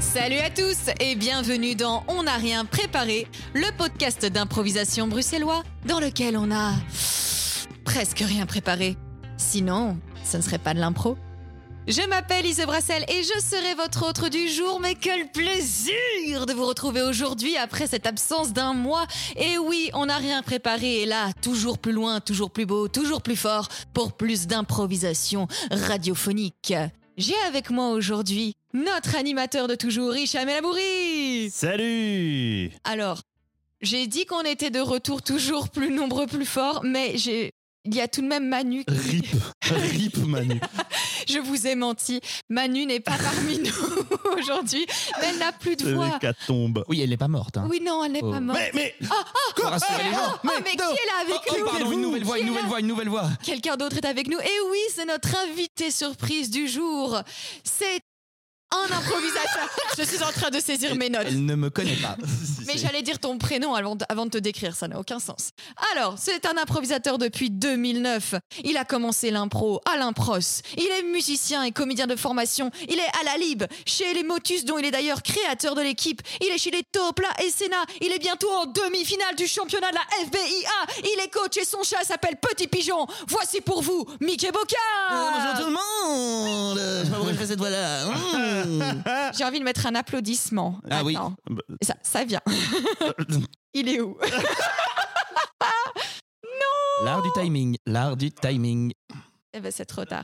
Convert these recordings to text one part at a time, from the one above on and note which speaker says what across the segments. Speaker 1: Salut à tous et bienvenue dans On n'a rien préparé, le podcast d'improvisation bruxellois dans lequel on a presque rien préparé. Sinon, ce ne serait pas de l'impro. Je m'appelle Ise Brassel et je serai votre hôte du jour, mais quel plaisir de vous retrouver aujourd'hui après cette absence d'un mois. Et oui, on n'a rien préparé et là, toujours plus loin, toujours plus beau, toujours plus fort pour plus d'improvisation radiophonique. J'ai avec moi aujourd'hui notre animateur de toujours, Hicham El Abouri.
Speaker 2: Salut
Speaker 1: Alors, j'ai dit qu'on était de retour toujours plus nombreux, plus forts, mais j'ai... Il y a tout de même Manu. qui-
Speaker 2: Rip, rip Manu.
Speaker 1: Je vous ai menti. Manu n'est pas parmi nous aujourd'hui. mais Elle n'a plus de voix.
Speaker 2: L'hécatombe.
Speaker 3: Oui, elle n'est pas morte. Hein.
Speaker 1: Oui, non, elle n'est pas
Speaker 3: Oh.
Speaker 1: morte.
Speaker 2: Mais, mais,
Speaker 3: Pour rassurer les gens.
Speaker 1: Ah, ah, mais qui
Speaker 3: non.
Speaker 1: est là avec
Speaker 3: Oh,
Speaker 1: nous
Speaker 3: pardon, une nouvelle voix,
Speaker 1: Qui
Speaker 3: une
Speaker 1: est
Speaker 3: nouvelle
Speaker 1: là
Speaker 3: voix, une nouvelle voix.
Speaker 1: Quelqu'un d'autre est avec nous. Et oui, c'est notre invité surprise du jour. C'est un improvisateur. Je suis en train de saisir mes notes.
Speaker 3: Elle ne me connaît pas.
Speaker 1: Mais j'allais dire ton prénom avant de, avant de te décrire, ça n'a aucun sens. Alors, c'est un improvisateur depuis 2009. Il a commencé l'impro à l'impros. Il est musicien et comédien de formation. Il est à la Lib, chez les Motus, dont il est d'ailleurs créateur de l'équipe. Il est chez les Topla et Sénat. Il est bientôt en demi-finale du championnat de la FBIA. Il est coach et son chat s'appelle Petit Pigeon. Voici pour vous, Mickey Bocard.
Speaker 3: le monde Je sais pas pourquoi je fais cette voix-là.
Speaker 1: Mmh. J'ai envie de mettre un applaudissement.
Speaker 3: Ah oui. euh,
Speaker 1: Attends. Ça, ça vient. Il est où
Speaker 3: L'art du timing, l'art du timing.
Speaker 1: Eh ben, c'est trop tard.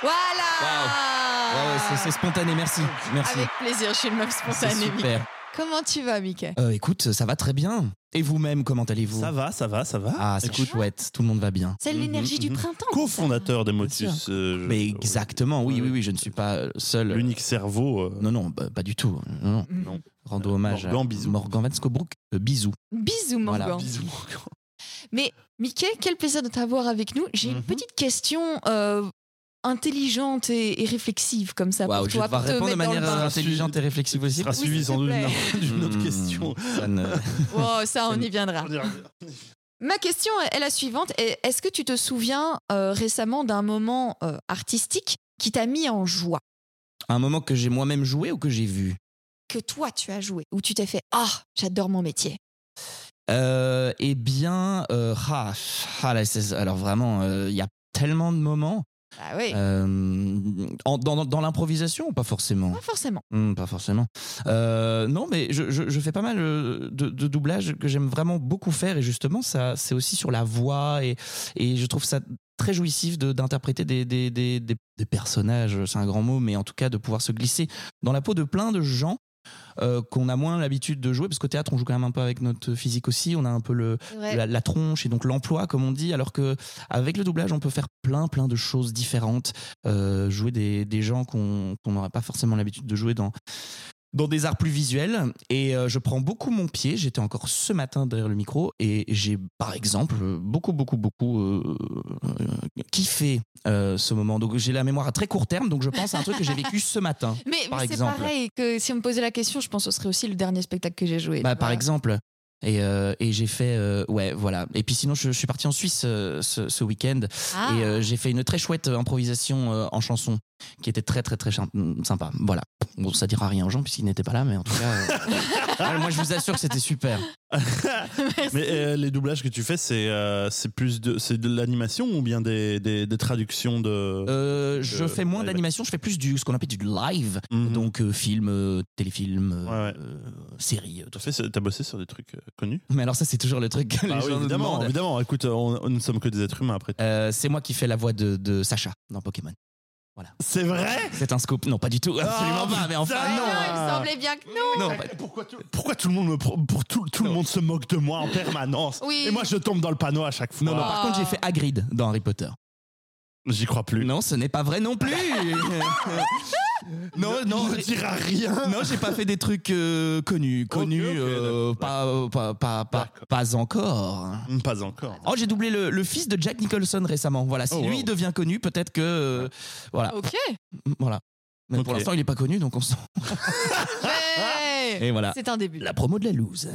Speaker 1: Voilà
Speaker 3: Ouais, ouais, c'est- c'est spontané, merci. Merci.
Speaker 1: Avec plaisir, je suis une meuf
Speaker 3: C'est
Speaker 1: spontanée. Mickey.
Speaker 3: super.
Speaker 1: Comment tu vas, Mickey
Speaker 3: Euh, écoute, ça va très bien. Et vous-même, comment allez-vous
Speaker 2: ça va, ça va, ça va.
Speaker 3: Ah, c'est
Speaker 2: Écoute,
Speaker 3: chouette, tout le monde va bien.
Speaker 1: C'est
Speaker 2: Mhm,
Speaker 1: l'énergie du
Speaker 2: mhm.
Speaker 1: printemps.
Speaker 2: cofondateur de Motus. euh, je-
Speaker 3: Mais exactement, oui,
Speaker 2: Ouais.
Speaker 3: oui, oui, je ne suis pas seul.
Speaker 2: L'unique cerveau. euh,
Speaker 3: Non, non, bah, pas du tout. Non, non.
Speaker 1: Mhm.
Speaker 2: Non.
Speaker 3: Rendons
Speaker 2: Euh,
Speaker 3: hommage
Speaker 2: Morgan,
Speaker 3: à
Speaker 2: bisous.
Speaker 3: Morgan Van Scobrook. Euh, bisous.
Speaker 1: Bisous, mon
Speaker 3: Voilà,
Speaker 1: gant.
Speaker 2: Bisous.
Speaker 1: Mickey, quel plaisir de t'avoir avec nous. J'ai une
Speaker 3: Mhm.
Speaker 1: petite question euh, intelligente et, et réflexive comme ça
Speaker 3: Waouh,
Speaker 1: pour
Speaker 3: je vais
Speaker 1: toi,
Speaker 3: devoir
Speaker 1: pour te
Speaker 3: répondre de
Speaker 1: mettre dans le
Speaker 3: manière
Speaker 1: bain.
Speaker 2: euh,
Speaker 3: intelligente et réflexive
Speaker 2: Ce
Speaker 3: aussi.
Speaker 2: sera
Speaker 1: Oui,
Speaker 2: suivi
Speaker 1: s'il
Speaker 2: sans
Speaker 1: te
Speaker 2: doute d'une-
Speaker 1: plaît.
Speaker 2: d'une autre
Speaker 3: Hmm, Ah.
Speaker 2: question.
Speaker 3: ça ne- euh,
Speaker 1: Wow, Oh, ça, on y viendra.
Speaker 2: On y revient.
Speaker 1: Ma question est la suivante. Est- Est-ce que tu te souviens euh, récemment d'un moment euh, artistique qui t'a mis en joie,
Speaker 3: Un moment que j'ai moi-même joué ou que j'ai vu
Speaker 1: que toi tu as joué, où tu t'es fait Ah, j'adore mon métier
Speaker 3: Euh, Eh bien, euh, ah, ah, là, c'est- alors vraiment, euh, il y a tellement de moments.
Speaker 1: Ah oui,
Speaker 3: Euh, en- dans dans- dans l'improvisation ou pas forcément
Speaker 1: pas forcément.
Speaker 3: Hmm, Pas forcément. Euh, non, mais je, je- je fais pas mal euh, de, de doublages que j'aime vraiment beaucoup faire et justement, ça, c'est aussi sur la voix et, et je trouve ça très jouissif de- d'interpréter des, des, des- des- des personnages, c'est un grand mot, mais en tout cas de pouvoir se glisser dans la peau de plein de gens. euh, qu'on a moins l'habitude de jouer parce qu'au théâtre on joue quand même un peu avec notre physique aussi on a un peu le,
Speaker 1: C'est vrai.
Speaker 3: la, la tronche et donc l'emploi comme on dit alors que avec le doublage on peut faire plein plein de choses différentes euh, jouer des, des gens qu'on qu'on n'aurait pas forcément l'habitude de jouer dans dans des arts plus visuels et euh, je prends beaucoup mon pied j'étais encore ce matin derrière le micro et j'ai par exemple euh, beaucoup beaucoup beaucoup euh, euh, kiffé euh, ce moment donc j'ai la mémoire à très court terme donc je pense à un truc que j'ai vécu ce matin
Speaker 1: Mais,
Speaker 3: par
Speaker 1: mais c'est
Speaker 3: exemple.
Speaker 1: pareil que si on me posait la question, je pense que ce serait aussi le dernier spectacle que j'ai joué.
Speaker 3: Bah,
Speaker 1: tu
Speaker 3: par
Speaker 1: vois.
Speaker 3: exemple. Et, euh, et j'ai fait. euh, ouais, voilà. Et puis sinon, je, je suis parti en Suisse euh, ce, ce week-end.
Speaker 1: Ah.
Speaker 3: Et euh, j'ai fait une très chouette improvisation euh, en chanson qui était très, très, très chim- mm, sympa. Voilà. Bon, ça dira rien aux gens puisqu'ils n'étaient pas là, mais en tout cas. euh, ouais, moi, je vous assure que c'était super.
Speaker 1: Merci.
Speaker 2: Mais euh, les doublages que tu fais, c'est euh, c'est plus de, c'est de l'animation ou bien des, des, des traductions de.
Speaker 3: Euh, je
Speaker 2: Euh,
Speaker 3: fais moins
Speaker 2: ouais, bah.
Speaker 3: d'animation, je fais plus du ce qu'on appelle du live.
Speaker 2: Mhm.
Speaker 3: Donc, euh, film, euh, téléfilm, euh,
Speaker 2: Ouais, ouais.
Speaker 3: euh, série, euh, tout
Speaker 2: T'as
Speaker 3: ça.
Speaker 2: fait- t'as bossé sur des trucs euh, connus
Speaker 3: Mais alors, ça, c'est toujours le truc que les
Speaker 2: Ah oui,
Speaker 3: gens nous
Speaker 2: évidemment,
Speaker 3: demandent.
Speaker 2: évidemment. Écoute, euh, on- on- nous ne sommes que des êtres humains après tout.
Speaker 3: Euh, c'est moi qui fais la voix de, de Sacha dans Pokémon.
Speaker 2: C'est vrai
Speaker 3: C'est un scoop. Non, pas du
Speaker 2: Ah,
Speaker 3: tout. Absolument pas. Mais enfin,
Speaker 1: Ah
Speaker 2: putain,
Speaker 3: non.
Speaker 1: non, il me semblait bien que non.
Speaker 3: Non, pas-
Speaker 2: pourquoi, tout, pourquoi tout le monde me pro- pour tout, tout le
Speaker 3: Non.
Speaker 2: monde se moque de moi en permanence
Speaker 1: Oui.
Speaker 2: Et moi je tombe dans le panneau à chaque fois.
Speaker 3: non, non, par
Speaker 1: Ah.
Speaker 3: contre, j'ai fait Hagrid dans Harry Potter.
Speaker 2: j'y crois plus.
Speaker 3: Non, ce n'est pas vrai non plus. non, non.
Speaker 2: ne dira rien.
Speaker 3: Non, j'ai pas fait des trucs euh, connus, connus,
Speaker 2: ok,
Speaker 3: euh,
Speaker 2: d'accord.
Speaker 3: pas, euh, pas, pas, pas,
Speaker 2: D'accord.
Speaker 3: pas encore.
Speaker 2: Pas encore.
Speaker 3: Oh, j'ai doublé le, le fils de Jack Nicholson récemment. Voilà, si
Speaker 2: Oh,
Speaker 3: lui
Speaker 2: wow.
Speaker 3: devient connu, peut-être que euh, voilà,
Speaker 1: Ok.
Speaker 3: voilà. Mais pour
Speaker 2: Ok.
Speaker 3: l'instant, il est pas connu, donc on sent.
Speaker 1: Ouais.
Speaker 3: Et voilà.
Speaker 1: C'est un début.
Speaker 3: La promo de la loose.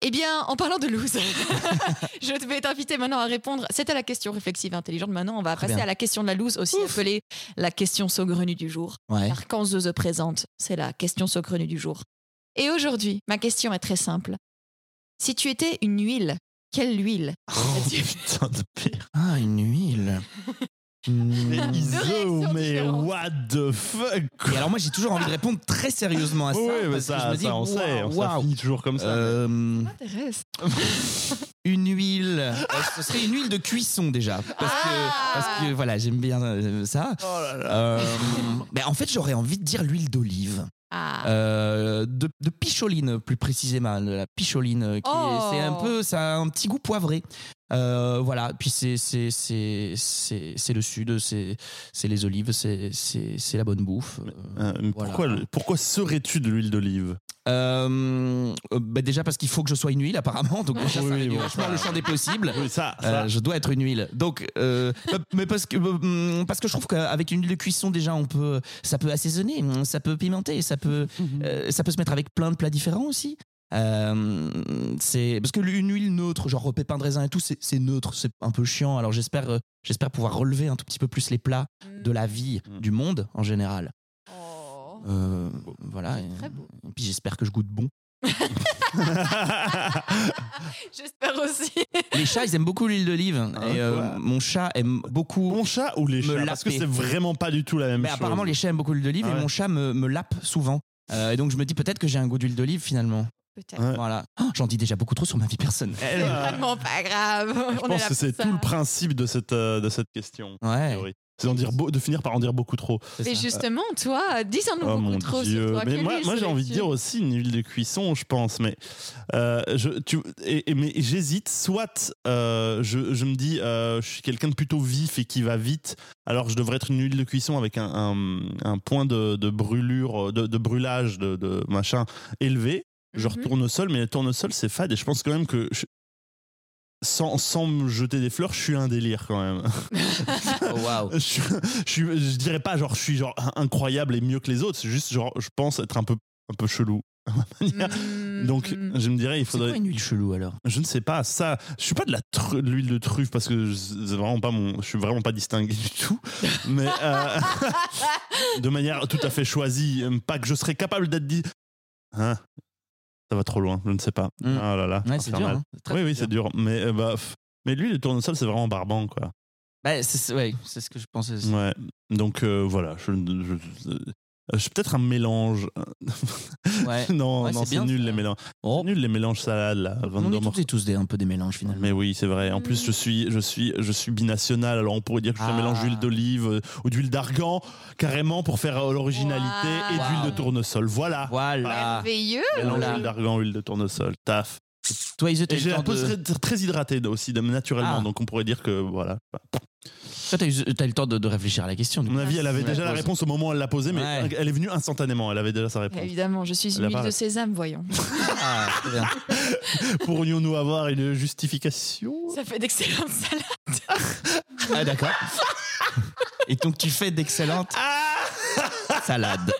Speaker 1: Eh bien, en parlant de loose, je vais t'inviter maintenant à répondre. C'était la question réflexive et intelligente. Maintenant, on va
Speaker 3: Très
Speaker 1: passer
Speaker 3: bien.
Speaker 1: à la question de la loose, aussi
Speaker 3: Ouf.
Speaker 1: appelée la question saugrenue du jour.
Speaker 3: Ouais.
Speaker 1: Car quand Zeus présente, c'est la question saugrenue du jour. Et aujourd'hui, ma question est très simple. Si tu étais une huile, quelle huile
Speaker 2: Oh, putain de pire.
Speaker 3: Ah, une huile. Hmm.
Speaker 2: Mais Iso,
Speaker 1: réactions
Speaker 2: mais
Speaker 1: différentes.
Speaker 2: what the fuck quoi.
Speaker 3: Et alors moi j'ai toujours envie de répondre très sérieusement à ça.
Speaker 2: Oui, mais
Speaker 3: parce que
Speaker 2: ça,
Speaker 3: je me dis,
Speaker 2: ça, on sait,
Speaker 3: waouh,
Speaker 2: on- ça
Speaker 3: waouh.
Speaker 2: finit toujours comme ça.
Speaker 3: Euh,
Speaker 1: M'intéresse.
Speaker 3: une huile. Euh, Ce serait une huile de cuisson déjà. Parce
Speaker 1: Ah.
Speaker 3: que, parce que voilà, j'aime bien euh, ça.
Speaker 2: Oh là là.
Speaker 3: Euh, ben, en fait, j'aurais envie de dire l'huile d'olive.
Speaker 1: Ah,
Speaker 3: Euh, de, de picholine, plus précisément. de La picholine, euh, qui est-
Speaker 1: Oh.
Speaker 3: c'est un peu, ça a un petit goût poivré. Euh, voilà, puis c'est c'est- c'est- c'est- c'est le sud, c'est c'est les olives, c'est- c'est c'est la bonne bouffe. Euh,
Speaker 2: Euh, mais
Speaker 3: Voilà.
Speaker 2: pourquoi, le- pourquoi serais-tu de l'huile d'olive
Speaker 3: euh, euh, bah, déjà parce qu'il faut que je sois une huile apparemment, donc déjà, ça
Speaker 2: Oui,
Speaker 3: réduit
Speaker 2: bon,
Speaker 3: vachement
Speaker 2: ça-
Speaker 3: le champ des possibles.
Speaker 2: Oui, ça, Ah, ça.
Speaker 3: Euh, je dois être une huile. Donc, euh, bah, mais parce que euh, parce que je trouve qu'avec une huile de cuisson déjà, on peut, ça peut assaisonner, ça peut pimenter, ça peut euh, ça peut se mettre avec plein de plats différents aussi. Euh, c'est parce que une huile neutre, genre pépins de raisin et tout, c'est c'est neutre, c'est un peu chiant. Alors j'espère euh, j'espère pouvoir relever un tout petit peu plus les plats
Speaker 1: Mhm.
Speaker 3: de la vie
Speaker 2: Mm.
Speaker 3: du monde en général.
Speaker 1: Oh.
Speaker 3: Euh, voilà. Et,
Speaker 1: Très beau.
Speaker 3: et puis j'espère que je goûte bon.
Speaker 1: J'espère aussi.
Speaker 3: Les chats, ils aiment beaucoup l'huile d'olive.
Speaker 2: Ah,
Speaker 3: et euh,
Speaker 2: quoi.
Speaker 3: mon chat aime beaucoup.
Speaker 2: Mon chat ou les
Speaker 3: Me
Speaker 2: chats Parce que
Speaker 3: laper.
Speaker 2: c'est vraiment pas du tout la même
Speaker 3: Mais
Speaker 2: chose.
Speaker 3: apparemment, les chats aiment beaucoup l'huile d'olive
Speaker 2: Ah ouais.
Speaker 3: et mon chat me, me lappe souvent. Euh, et donc, je me dis peut-être que j'ai un goût d'huile d'olive finalement.
Speaker 1: Peut-être.
Speaker 2: Ouais.
Speaker 3: Voilà. Oh, J'en dis déjà beaucoup trop sur ma vie personnelle.
Speaker 1: C'est
Speaker 2: Elle, euh,
Speaker 1: vraiment pas grave.
Speaker 2: je pense que c'est
Speaker 3: hein.
Speaker 2: tout le principe de cette, euh, de cette question. en
Speaker 3: Ouais.
Speaker 2: théorie. C'est d'en dire beau- de finir par en dire beaucoup trop.
Speaker 3: c'est
Speaker 1: Mais
Speaker 3: ça.
Speaker 1: justement, toi, dis-en-nous
Speaker 2: hein. Oh
Speaker 1: beaucoup
Speaker 2: mon
Speaker 1: trop
Speaker 2: dieu.
Speaker 1: sur toi.
Speaker 2: mais
Speaker 1: Quelle
Speaker 2: moi,
Speaker 1: huile
Speaker 2: moi j'ai envie de
Speaker 1: serais-tu
Speaker 2: dire aussi une huile de cuisson, je pense. Mais, euh, je, tu, et, et- mais j'hésite. Soit euh, je, je me dis, euh, je suis quelqu'un de plutôt vif et qui va vite. Alors je devrais être une huile de cuisson avec un, un, un point de, de brûlure, de, de brûlage, de, de machin élevé. Genre
Speaker 1: Mhm.
Speaker 2: tournesol, mais le tournesol c'est fade et je pense quand même que je- sans, sans me jeter des fleurs, je suis un délire quand même.
Speaker 3: Oh, waouh.
Speaker 2: Euh, je, suis- je, suis- je dirais pas genre je suis genre in- incroyable et mieux que les autres, c'est juste genre je pense être un peu un peu chelou.
Speaker 1: Mm.
Speaker 2: Donc je me dirais il
Speaker 3: C'est quoi
Speaker 2: faudrait
Speaker 3: une huile chelou alors
Speaker 2: je ne sais pas ça, je suis pas de la tru- de l'huile de truffe parce que je- c'est vraiment pas mon je suis vraiment pas distingué du tout mais euh, de manière tout à fait choisie, euh, pas que je serais capable d'être dit Hein ça va trop loin, je ne sais pas.
Speaker 3: Mm.
Speaker 2: Ah là là,
Speaker 3: Ouais, c'est dur.
Speaker 2: infernal.
Speaker 3: hein. C'est très,
Speaker 2: oui,
Speaker 3: très
Speaker 2: oui, c'est dur. Mais, euh, bah, pff, mais lui, le tournesol, c'est vraiment barbant, quoi.
Speaker 3: Bah, c'est c'est- ouais, c'est ce que je pensais. aussi.
Speaker 2: Ouais. Donc, euh, voilà. Je, je, je- euh, je suis peut-être un mélange.
Speaker 3: Ouais.
Speaker 2: non,
Speaker 3: Ouais,
Speaker 2: non,
Speaker 3: c'est
Speaker 2: c'est
Speaker 3: bien,
Speaker 2: nul,
Speaker 3: ça.
Speaker 2: les mélanges.
Speaker 3: Oh.
Speaker 2: Nul, les mélanges salades, là.
Speaker 3: On est
Speaker 2: Vandoorne.
Speaker 3: tous et tous des, un peu des mélanges finalement.
Speaker 2: Mais oui, c'est vrai. En plus, je suis, je suis, je suis binational. Alors, on pourrait dire que je suis un
Speaker 3: Ah.
Speaker 2: mélange d'huile d'olive euh, ou d'huile d'argan, carrément, pour faire euh, l'originalité, et
Speaker 1: Wow.
Speaker 2: d'huile de tournesol. Voilà. Ah,
Speaker 3: Voilà.
Speaker 1: Merveilleux.
Speaker 2: Mélange
Speaker 3: Voilà.
Speaker 2: d'huile d'argan, huile de tournesol. Taf.
Speaker 3: Toi, Iso, t'as
Speaker 2: Et
Speaker 3: eu
Speaker 2: j'ai
Speaker 3: le
Speaker 2: la
Speaker 3: temps
Speaker 2: peau
Speaker 3: de-
Speaker 2: très, très hydratée aussi, naturellement.
Speaker 3: Ah.
Speaker 2: Donc, on pourrait dire que, voilà.
Speaker 3: toi, t'as eu- t'as eu le temps de, de réfléchir à la question.
Speaker 2: À
Speaker 3: du
Speaker 2: mon
Speaker 3: coup.
Speaker 2: avis, elle avait
Speaker 3: Ouais,
Speaker 2: déjà la
Speaker 3: pause.
Speaker 2: réponse au moment où elle l'a posée, mais
Speaker 3: Ouais.
Speaker 2: elle est venue instantanément. Elle avait déjà sa réponse.
Speaker 1: Évidemment, je suis
Speaker 2: Ah. Elle
Speaker 1: une
Speaker 2: a
Speaker 1: huile
Speaker 2: pas-
Speaker 1: de sésame, voyons.
Speaker 3: Ah, très bien.
Speaker 2: Pourrions-nous avoir une justification
Speaker 1: Ça fait d'excellentes salades.
Speaker 3: Ah, d'accord. Et donc, tu fais d'excellentes salades.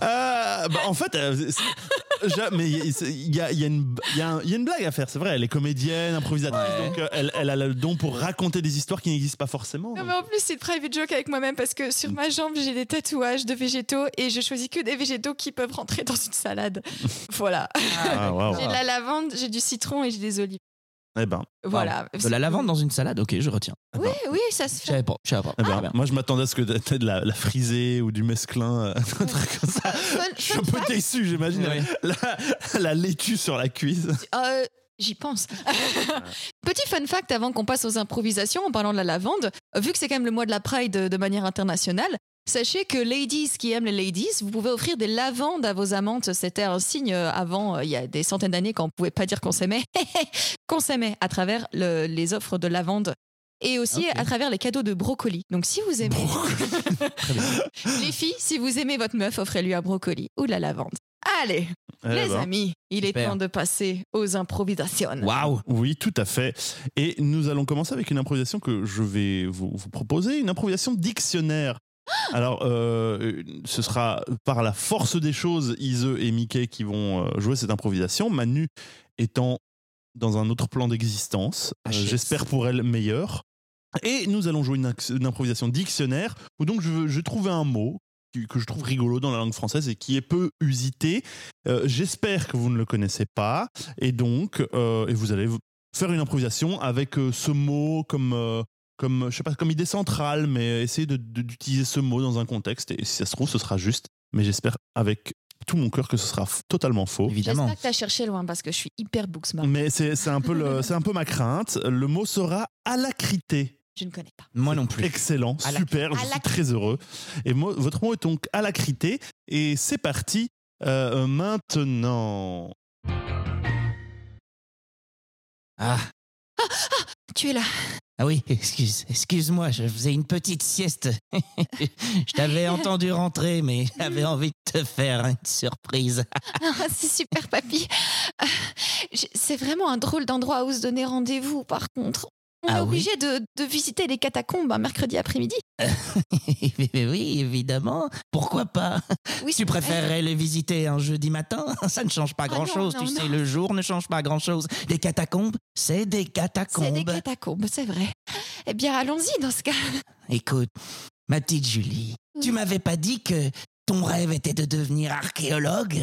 Speaker 2: Ah, bah, En fait, euh, c'est- j'a- mais il y, a- il y a- il y a une- il y a un- il y a une blague à faire, c'est vrai. Elle est comédienne, improvisatrice,
Speaker 3: Ouais.
Speaker 2: donc euh, elle, elle a le don pour raconter des histoires qui n'existent pas forcément.
Speaker 1: Non, mais en plus, c'est une private joke avec moi-même parce que sur ma jambe, j'ai des tatouages de végétaux et je choisis que des végétaux qui peuvent rentrer dans une salade. voilà.
Speaker 2: Ah, waouh.
Speaker 1: J'ai de la lavande, j'ai du citron et j'ai des olives.
Speaker 2: Eh ben,
Speaker 1: Voilà.
Speaker 3: De la lavande dans une salade, ok, je retiens.
Speaker 1: Oui, oui, ça se
Speaker 3: Je
Speaker 1: fait.
Speaker 3: savais pas. Je savais pas.
Speaker 2: eh ben,
Speaker 3: Très bien.
Speaker 2: moi je m'attendais à ce que t'aies de la, la frisée ou du mesclin, euh, un truc comme ça.
Speaker 1: Fun-
Speaker 2: Je suis un peu déçu, j'imagine.
Speaker 3: Ouais.
Speaker 2: La, la laitue sur la cuisse.
Speaker 1: Euh, J'y pense. Petit fun fact avant qu'on passe aux improvisations en parlant de la lavande, euh, vu que c'est quand même le mois de la Pride euh, de manière internationale, sachez que ladies qui aiment les ladies, vous pouvez offrir des lavandes à vos amantes. C'était un signe euh, avant, euh, il y a des centaines d'années, quand on pouvait pas dire qu'on s'aimait, qu'on s'aimait à travers le- les offres de lavande. Et aussi
Speaker 3: Ok.
Speaker 1: à travers les cadeaux de brocoli. Donc si vous aimez,
Speaker 3: Très bien.
Speaker 1: les filles, si vous aimez votre meuf, offrez-lui un brocoli ou de la lavande. Allez,
Speaker 2: Eh
Speaker 1: les
Speaker 2: ben.
Speaker 1: amis, il est
Speaker 3: Super.
Speaker 1: temps de passer aux improvisations.
Speaker 3: Waouh.
Speaker 2: Oui, tout à fait. Et nous allons commencer avec une improvisation que je vais vous, vous proposer, une improvisation dictionnaire. Alors, euh, ce sera par la force des choses Ise et Mickey qui vont euh, jouer cette improvisation. Manu étant dans un autre plan d'existence, euh,
Speaker 3: HS.
Speaker 2: j'espère pour elle meilleur. Et nous allons jouer une, ax- une improvisation dictionnaire où donc je, veux- je trouvais un mot qui- que je trouve rigolo dans la langue française et qui est peu usité. Euh, j'espère que vous ne le connaissez pas et donc euh, et vous allez v- faire une improvisation avec euh, ce mot comme euh, comme je sais pas comme idée centrale mais essayer de- de- d'utiliser ce mot dans un contexte et si ça se trouve ce sera juste mais j'espère avec tout mon cœur que ce sera f- totalement faux
Speaker 3: Évidemment. Mm.
Speaker 1: J'espère que t'as cherché loin parce que je suis hyper booksmart.
Speaker 2: mais c'est c'est un peu le- c'est un peu ma crainte le mot sera alacrité
Speaker 1: Je ne connais pas.
Speaker 3: Moi non plus.
Speaker 2: excellent
Speaker 3: Alac-
Speaker 2: super je suis
Speaker 1: Alac-
Speaker 2: très heureux et moi, votre mot est donc alacrité et c'est parti euh, maintenant
Speaker 3: Ah,
Speaker 1: Tu es là.
Speaker 3: ah oui, excuse, excuse-moi, je faisais une petite sieste. je t'avais entendu rentrer, mais j'avais envie de te faire une surprise.
Speaker 1: Ah, c'est super, papy. Euh, j'ai- C'est vraiment un drôle d'endroit où se donner rendez-vous, par contre. On
Speaker 3: Ah
Speaker 1: est
Speaker 3: oui
Speaker 1: obligé de, de visiter les catacombes un mercredi après-midi.
Speaker 3: Mais oui, évidemment. Pourquoi pas
Speaker 1: Oui,
Speaker 3: Tu préférerais les visiter un jeudi matin Ça ne change pas
Speaker 1: Ah non,
Speaker 3: grand-chose.
Speaker 1: non,
Speaker 3: tu
Speaker 1: non.
Speaker 3: sais, le jour ne change pas grand-chose. Des catacombes, c'est des
Speaker 1: C'est des
Speaker 3: catacombes.
Speaker 1: catacombes, c'est vrai. Eh bien, allons-y dans ce cas.
Speaker 3: Écoute, ma petite Julie, tu
Speaker 1: Oui.
Speaker 3: m'avais pas dit que ton rêve était de devenir archéologue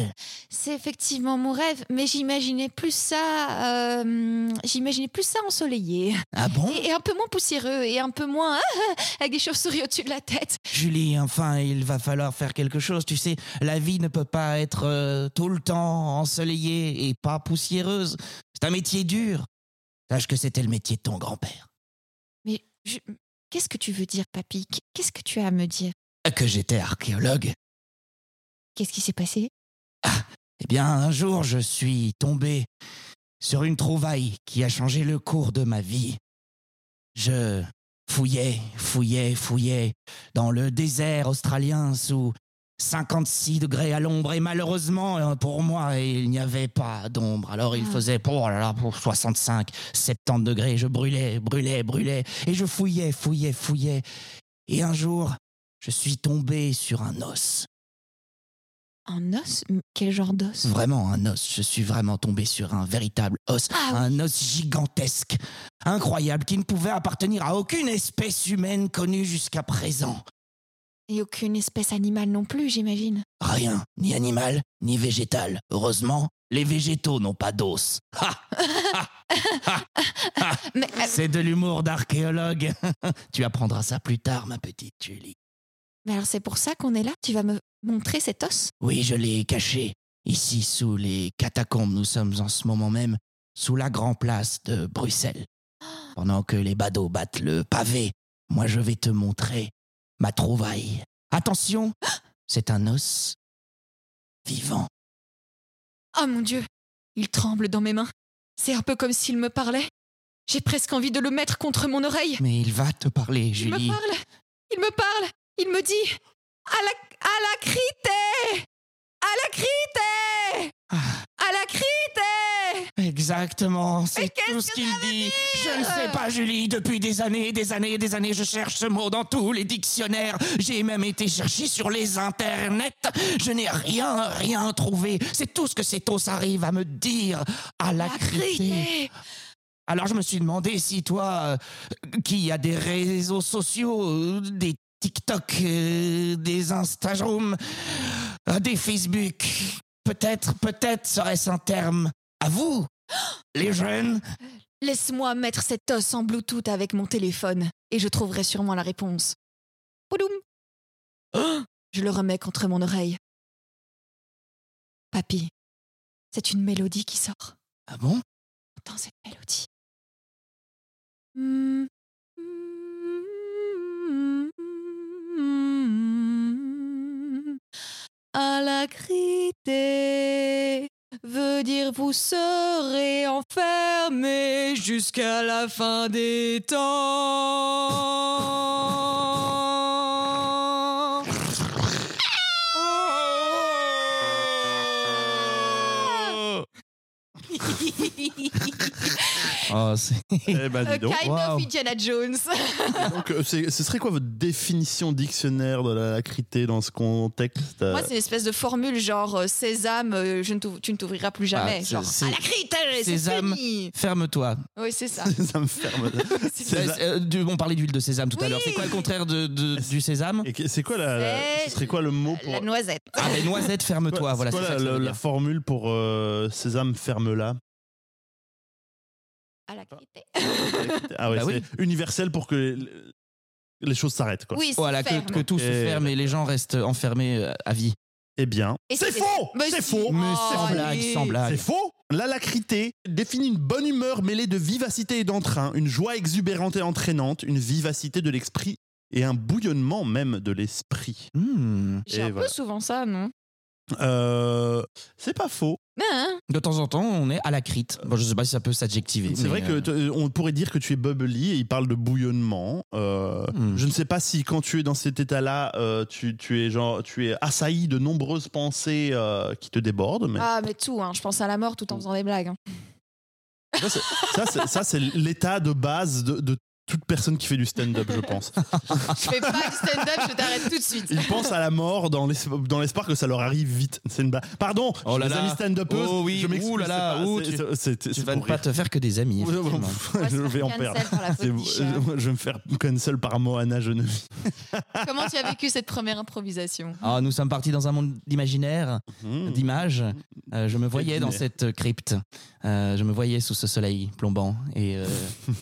Speaker 1: C'est effectivement mon rêve, mais j'imaginais plus ça, euh, j'imaginais plus ça ensoleillé
Speaker 3: Ah bon
Speaker 1: et, et un peu moins poussiéreux et un peu moins ah, avec des chauves-souris au-dessus de la tête.
Speaker 3: Julie, enfin, il va falloir faire quelque chose. Tu sais, la vie ne peut pas être euh, tout le temps ensoleillée et pas poussiéreuse. C'est un métier dur. Sache que c'était le métier de ton grand-père.
Speaker 1: Mais je- qu'est-ce que tu veux dire, papy Qu'est-ce que tu as à me dire
Speaker 3: Que j'étais archéologue.
Speaker 1: Qu'est-ce qui s'est passé
Speaker 3: Eh bien, un jour, je suis tombé sur une trouvaille qui a changé le cours de ma vie. Je fouillais, fouillais, fouillais dans le désert australien sous 56 degrés à l'ombre et malheureusement euh, pour moi il n'y avait pas d'ombre alors il
Speaker 1: Ah.
Speaker 3: faisait oh là là pour 65 70 degrés je brûlais brûlais brûlais et je fouillais fouillais fouillais et un jour je suis tombé sur un os
Speaker 1: En os M- Quel genre d'os
Speaker 3: Vraiment un os, je suis vraiment tombé sur un véritable os,
Speaker 1: Ah oui.
Speaker 3: un os gigantesque, incroyable, qui ne pouvait appartenir à aucune espèce humaine connue jusqu'à présent.
Speaker 1: Et aucune espèce animale non plus, j'imagine.
Speaker 3: Rien, ni animal, ni végétal. Heureusement, les végétaux n'ont pas d'os. Ha
Speaker 1: Mais euh,
Speaker 3: Ah, C'est de l'humour d'archéologue. tu apprendras ça plus tard, ma petite Julie.
Speaker 1: mais alors c'est pour ça qu'on est là Tu vas me montrer cet os
Speaker 3: Oui, je l'ai caché. Ici, sous les catacombes, nous sommes en ce moment même sous la grande place de Bruxelles. Pendant que les badauds battent le pavé, moi je vais te montrer ma trouvaille. Attention, c'est un os vivant.
Speaker 1: Oh mon Dieu Il tremble dans mes mains. C'est un peu comme s'il me parlait. J'ai presque envie de le mettre contre mon oreille.
Speaker 3: Mais il va te parler,
Speaker 1: Il me
Speaker 3: Julie.
Speaker 1: parle Il me parle Il me dit À la, à la crité À la crité
Speaker 3: Ah,
Speaker 1: À la crité
Speaker 3: exactement,
Speaker 1: Mais
Speaker 3: c'est
Speaker 1: qu'est-ce
Speaker 3: tout ce
Speaker 1: que
Speaker 3: qu'il
Speaker 1: ça veut
Speaker 3: dit. Je ne
Speaker 1: dire
Speaker 3: sais pas, Julie, depuis des années, des années, des années, je cherche ce mot dans tous les dictionnaires. J'ai même été chercher sur les internets. Je n'ai rien, rien trouvé. C'est tout ce que cet os arrive à me dire. À la crité. Alors je me suis demandé si toi, euh, qui a des réseaux sociaux, euh, des TikTok, euh, des Instagram, euh, des Facebook, peut-être, peut-être serait-ce un terme à vous, les jeunes
Speaker 1: Laisse-moi mettre cet os en Bluetooth avec mon téléphone et je trouverai sûrement la réponse. Poudoum
Speaker 3: Hein?
Speaker 1: Ah Je le remets contre mon oreille. Papy, c'est une mélodie qui sort.
Speaker 3: Ah bon
Speaker 1: Entends cette mélodie. À la crité veut dire vous serez enfermés jusqu'à la fin des temps.
Speaker 3: Oh, c'est-
Speaker 2: Eh ben,
Speaker 1: A
Speaker 2: dis donc.
Speaker 1: kind
Speaker 3: Wow.
Speaker 1: of Indiana Jones.
Speaker 2: Donc, euh, c'est- ce serait quoi votre définition dictionnaire de la lacrité dans ce contexte euh,
Speaker 1: Moi, c'est une espèce de formule genre euh, Sésame, euh, je ne t'ouv- tu ne t'ouvriras plus jamais.
Speaker 3: Ah,
Speaker 1: genre,
Speaker 3: c'est-
Speaker 1: à la crête, c'est
Speaker 3: Sésame.
Speaker 1: fini.
Speaker 3: Ferme-toi.
Speaker 1: Oui, c'est ça.
Speaker 2: Ça me ferme.
Speaker 3: Euh,
Speaker 2: Sésame.
Speaker 3: euh, du- on parlait d'huile de sésame tout à
Speaker 1: Oui.
Speaker 3: l'heure. C'est quoi le contraire de, de- du sésame
Speaker 2: Et que- c'est quoi la, la-
Speaker 1: C'est
Speaker 2: Ce serait quoi le mot pour.
Speaker 1: La noisette.
Speaker 3: Ah, les noisettes, ferme-toi.
Speaker 2: c'est
Speaker 3: Voilà, c'est
Speaker 2: quoi
Speaker 3: ça
Speaker 2: la,
Speaker 3: que ça
Speaker 2: la-
Speaker 3: veut
Speaker 2: la
Speaker 3: dire.
Speaker 2: formule pour euh, Sésame ferme-la
Speaker 1: À la crête.
Speaker 2: Ah ouais,
Speaker 3: Bah
Speaker 2: c'est
Speaker 3: oui.
Speaker 2: universel pour que les, les choses s'arrêtent. Quoi.
Speaker 1: Oui, c'est
Speaker 3: Voilà, que,
Speaker 1: ferme.
Speaker 3: que tout se
Speaker 2: Et-
Speaker 3: ferme et les gens restent enfermés euh, à vie.
Speaker 2: Eh bien.
Speaker 1: Et
Speaker 2: C'est
Speaker 1: c'est-
Speaker 2: faux
Speaker 1: Mais
Speaker 2: C'est
Speaker 1: si.
Speaker 2: faux
Speaker 1: Mais
Speaker 3: Mais
Speaker 1: Oh,
Speaker 3: sans
Speaker 1: allez.
Speaker 3: blague, sans
Speaker 2: C'est
Speaker 3: blague.
Speaker 2: faux La lacrité définit une bonne humeur mêlée de vivacité et d'entrain, une joie exubérante et entraînante, une vivacité de l'esprit et un bouillonnement même de l'esprit.
Speaker 3: Hmm.
Speaker 1: J'ai
Speaker 2: Et
Speaker 1: un
Speaker 2: voilà.
Speaker 1: peu souvent ça, non
Speaker 2: Euh, c'est pas faux.
Speaker 1: Non, hein
Speaker 3: De temps en temps, on est à la crite. Bon, je sais pas si ça peut s'adjectiver.
Speaker 2: C'est
Speaker 3: mais,
Speaker 2: vrai que
Speaker 3: euh,
Speaker 2: t- on pourrait dire que tu es bubbly et il parle de bouillonnement. Euh,
Speaker 3: Hmm.
Speaker 2: Je ne sais pas si quand tu es dans cet état-là, euh, tu, tu es genre tu es assailli de nombreuses pensées euh, qui te débordent. Mais Mm.
Speaker 1: Ah, mais tout, hein. je pense à la mort tout en faisant des blagues. hein.
Speaker 2: ça, c'est- ça, c'est- ça, c'est l'état de base de, de toute personne qui fait du stand-up, je pense.
Speaker 1: Je fais pas du stand-up, je t'arrête tout de suite.
Speaker 2: Ils pensent à la mort dans l'es- dans l'espoir que ça leur arrive vite. C'est une ba- Pardon,
Speaker 3: Oh
Speaker 2: j'ai
Speaker 3: là
Speaker 2: des
Speaker 3: là.
Speaker 2: amis stand-upers.
Speaker 3: Oh oui,
Speaker 2: je m'excuse,
Speaker 3: ouh là
Speaker 2: c'est
Speaker 3: là,
Speaker 2: pas-
Speaker 3: ouh,
Speaker 2: c'est-
Speaker 3: tu-
Speaker 2: c'est- c'est-
Speaker 3: tu
Speaker 2: c'est
Speaker 3: vas ne
Speaker 2: pour
Speaker 3: pas
Speaker 2: rire.
Speaker 3: te faire que des amis. effectivement.
Speaker 1: On
Speaker 2: je
Speaker 1: se
Speaker 2: vais
Speaker 1: faire
Speaker 2: en perdre.
Speaker 1: cancel par la faute
Speaker 2: C'est-
Speaker 1: du chat.
Speaker 2: je, je vais me faire cancel par Moana Genevieve.
Speaker 1: Comment tu as vécu cette première improvisation
Speaker 3: Ah, nous sommes partis dans un monde d'imaginaire,
Speaker 2: Hmm.
Speaker 3: d'images. Euh, je me voyais dans
Speaker 2: Imaginaire.
Speaker 3: cette crypte. Euh, je me voyais sous ce soleil plombant. Et, euh,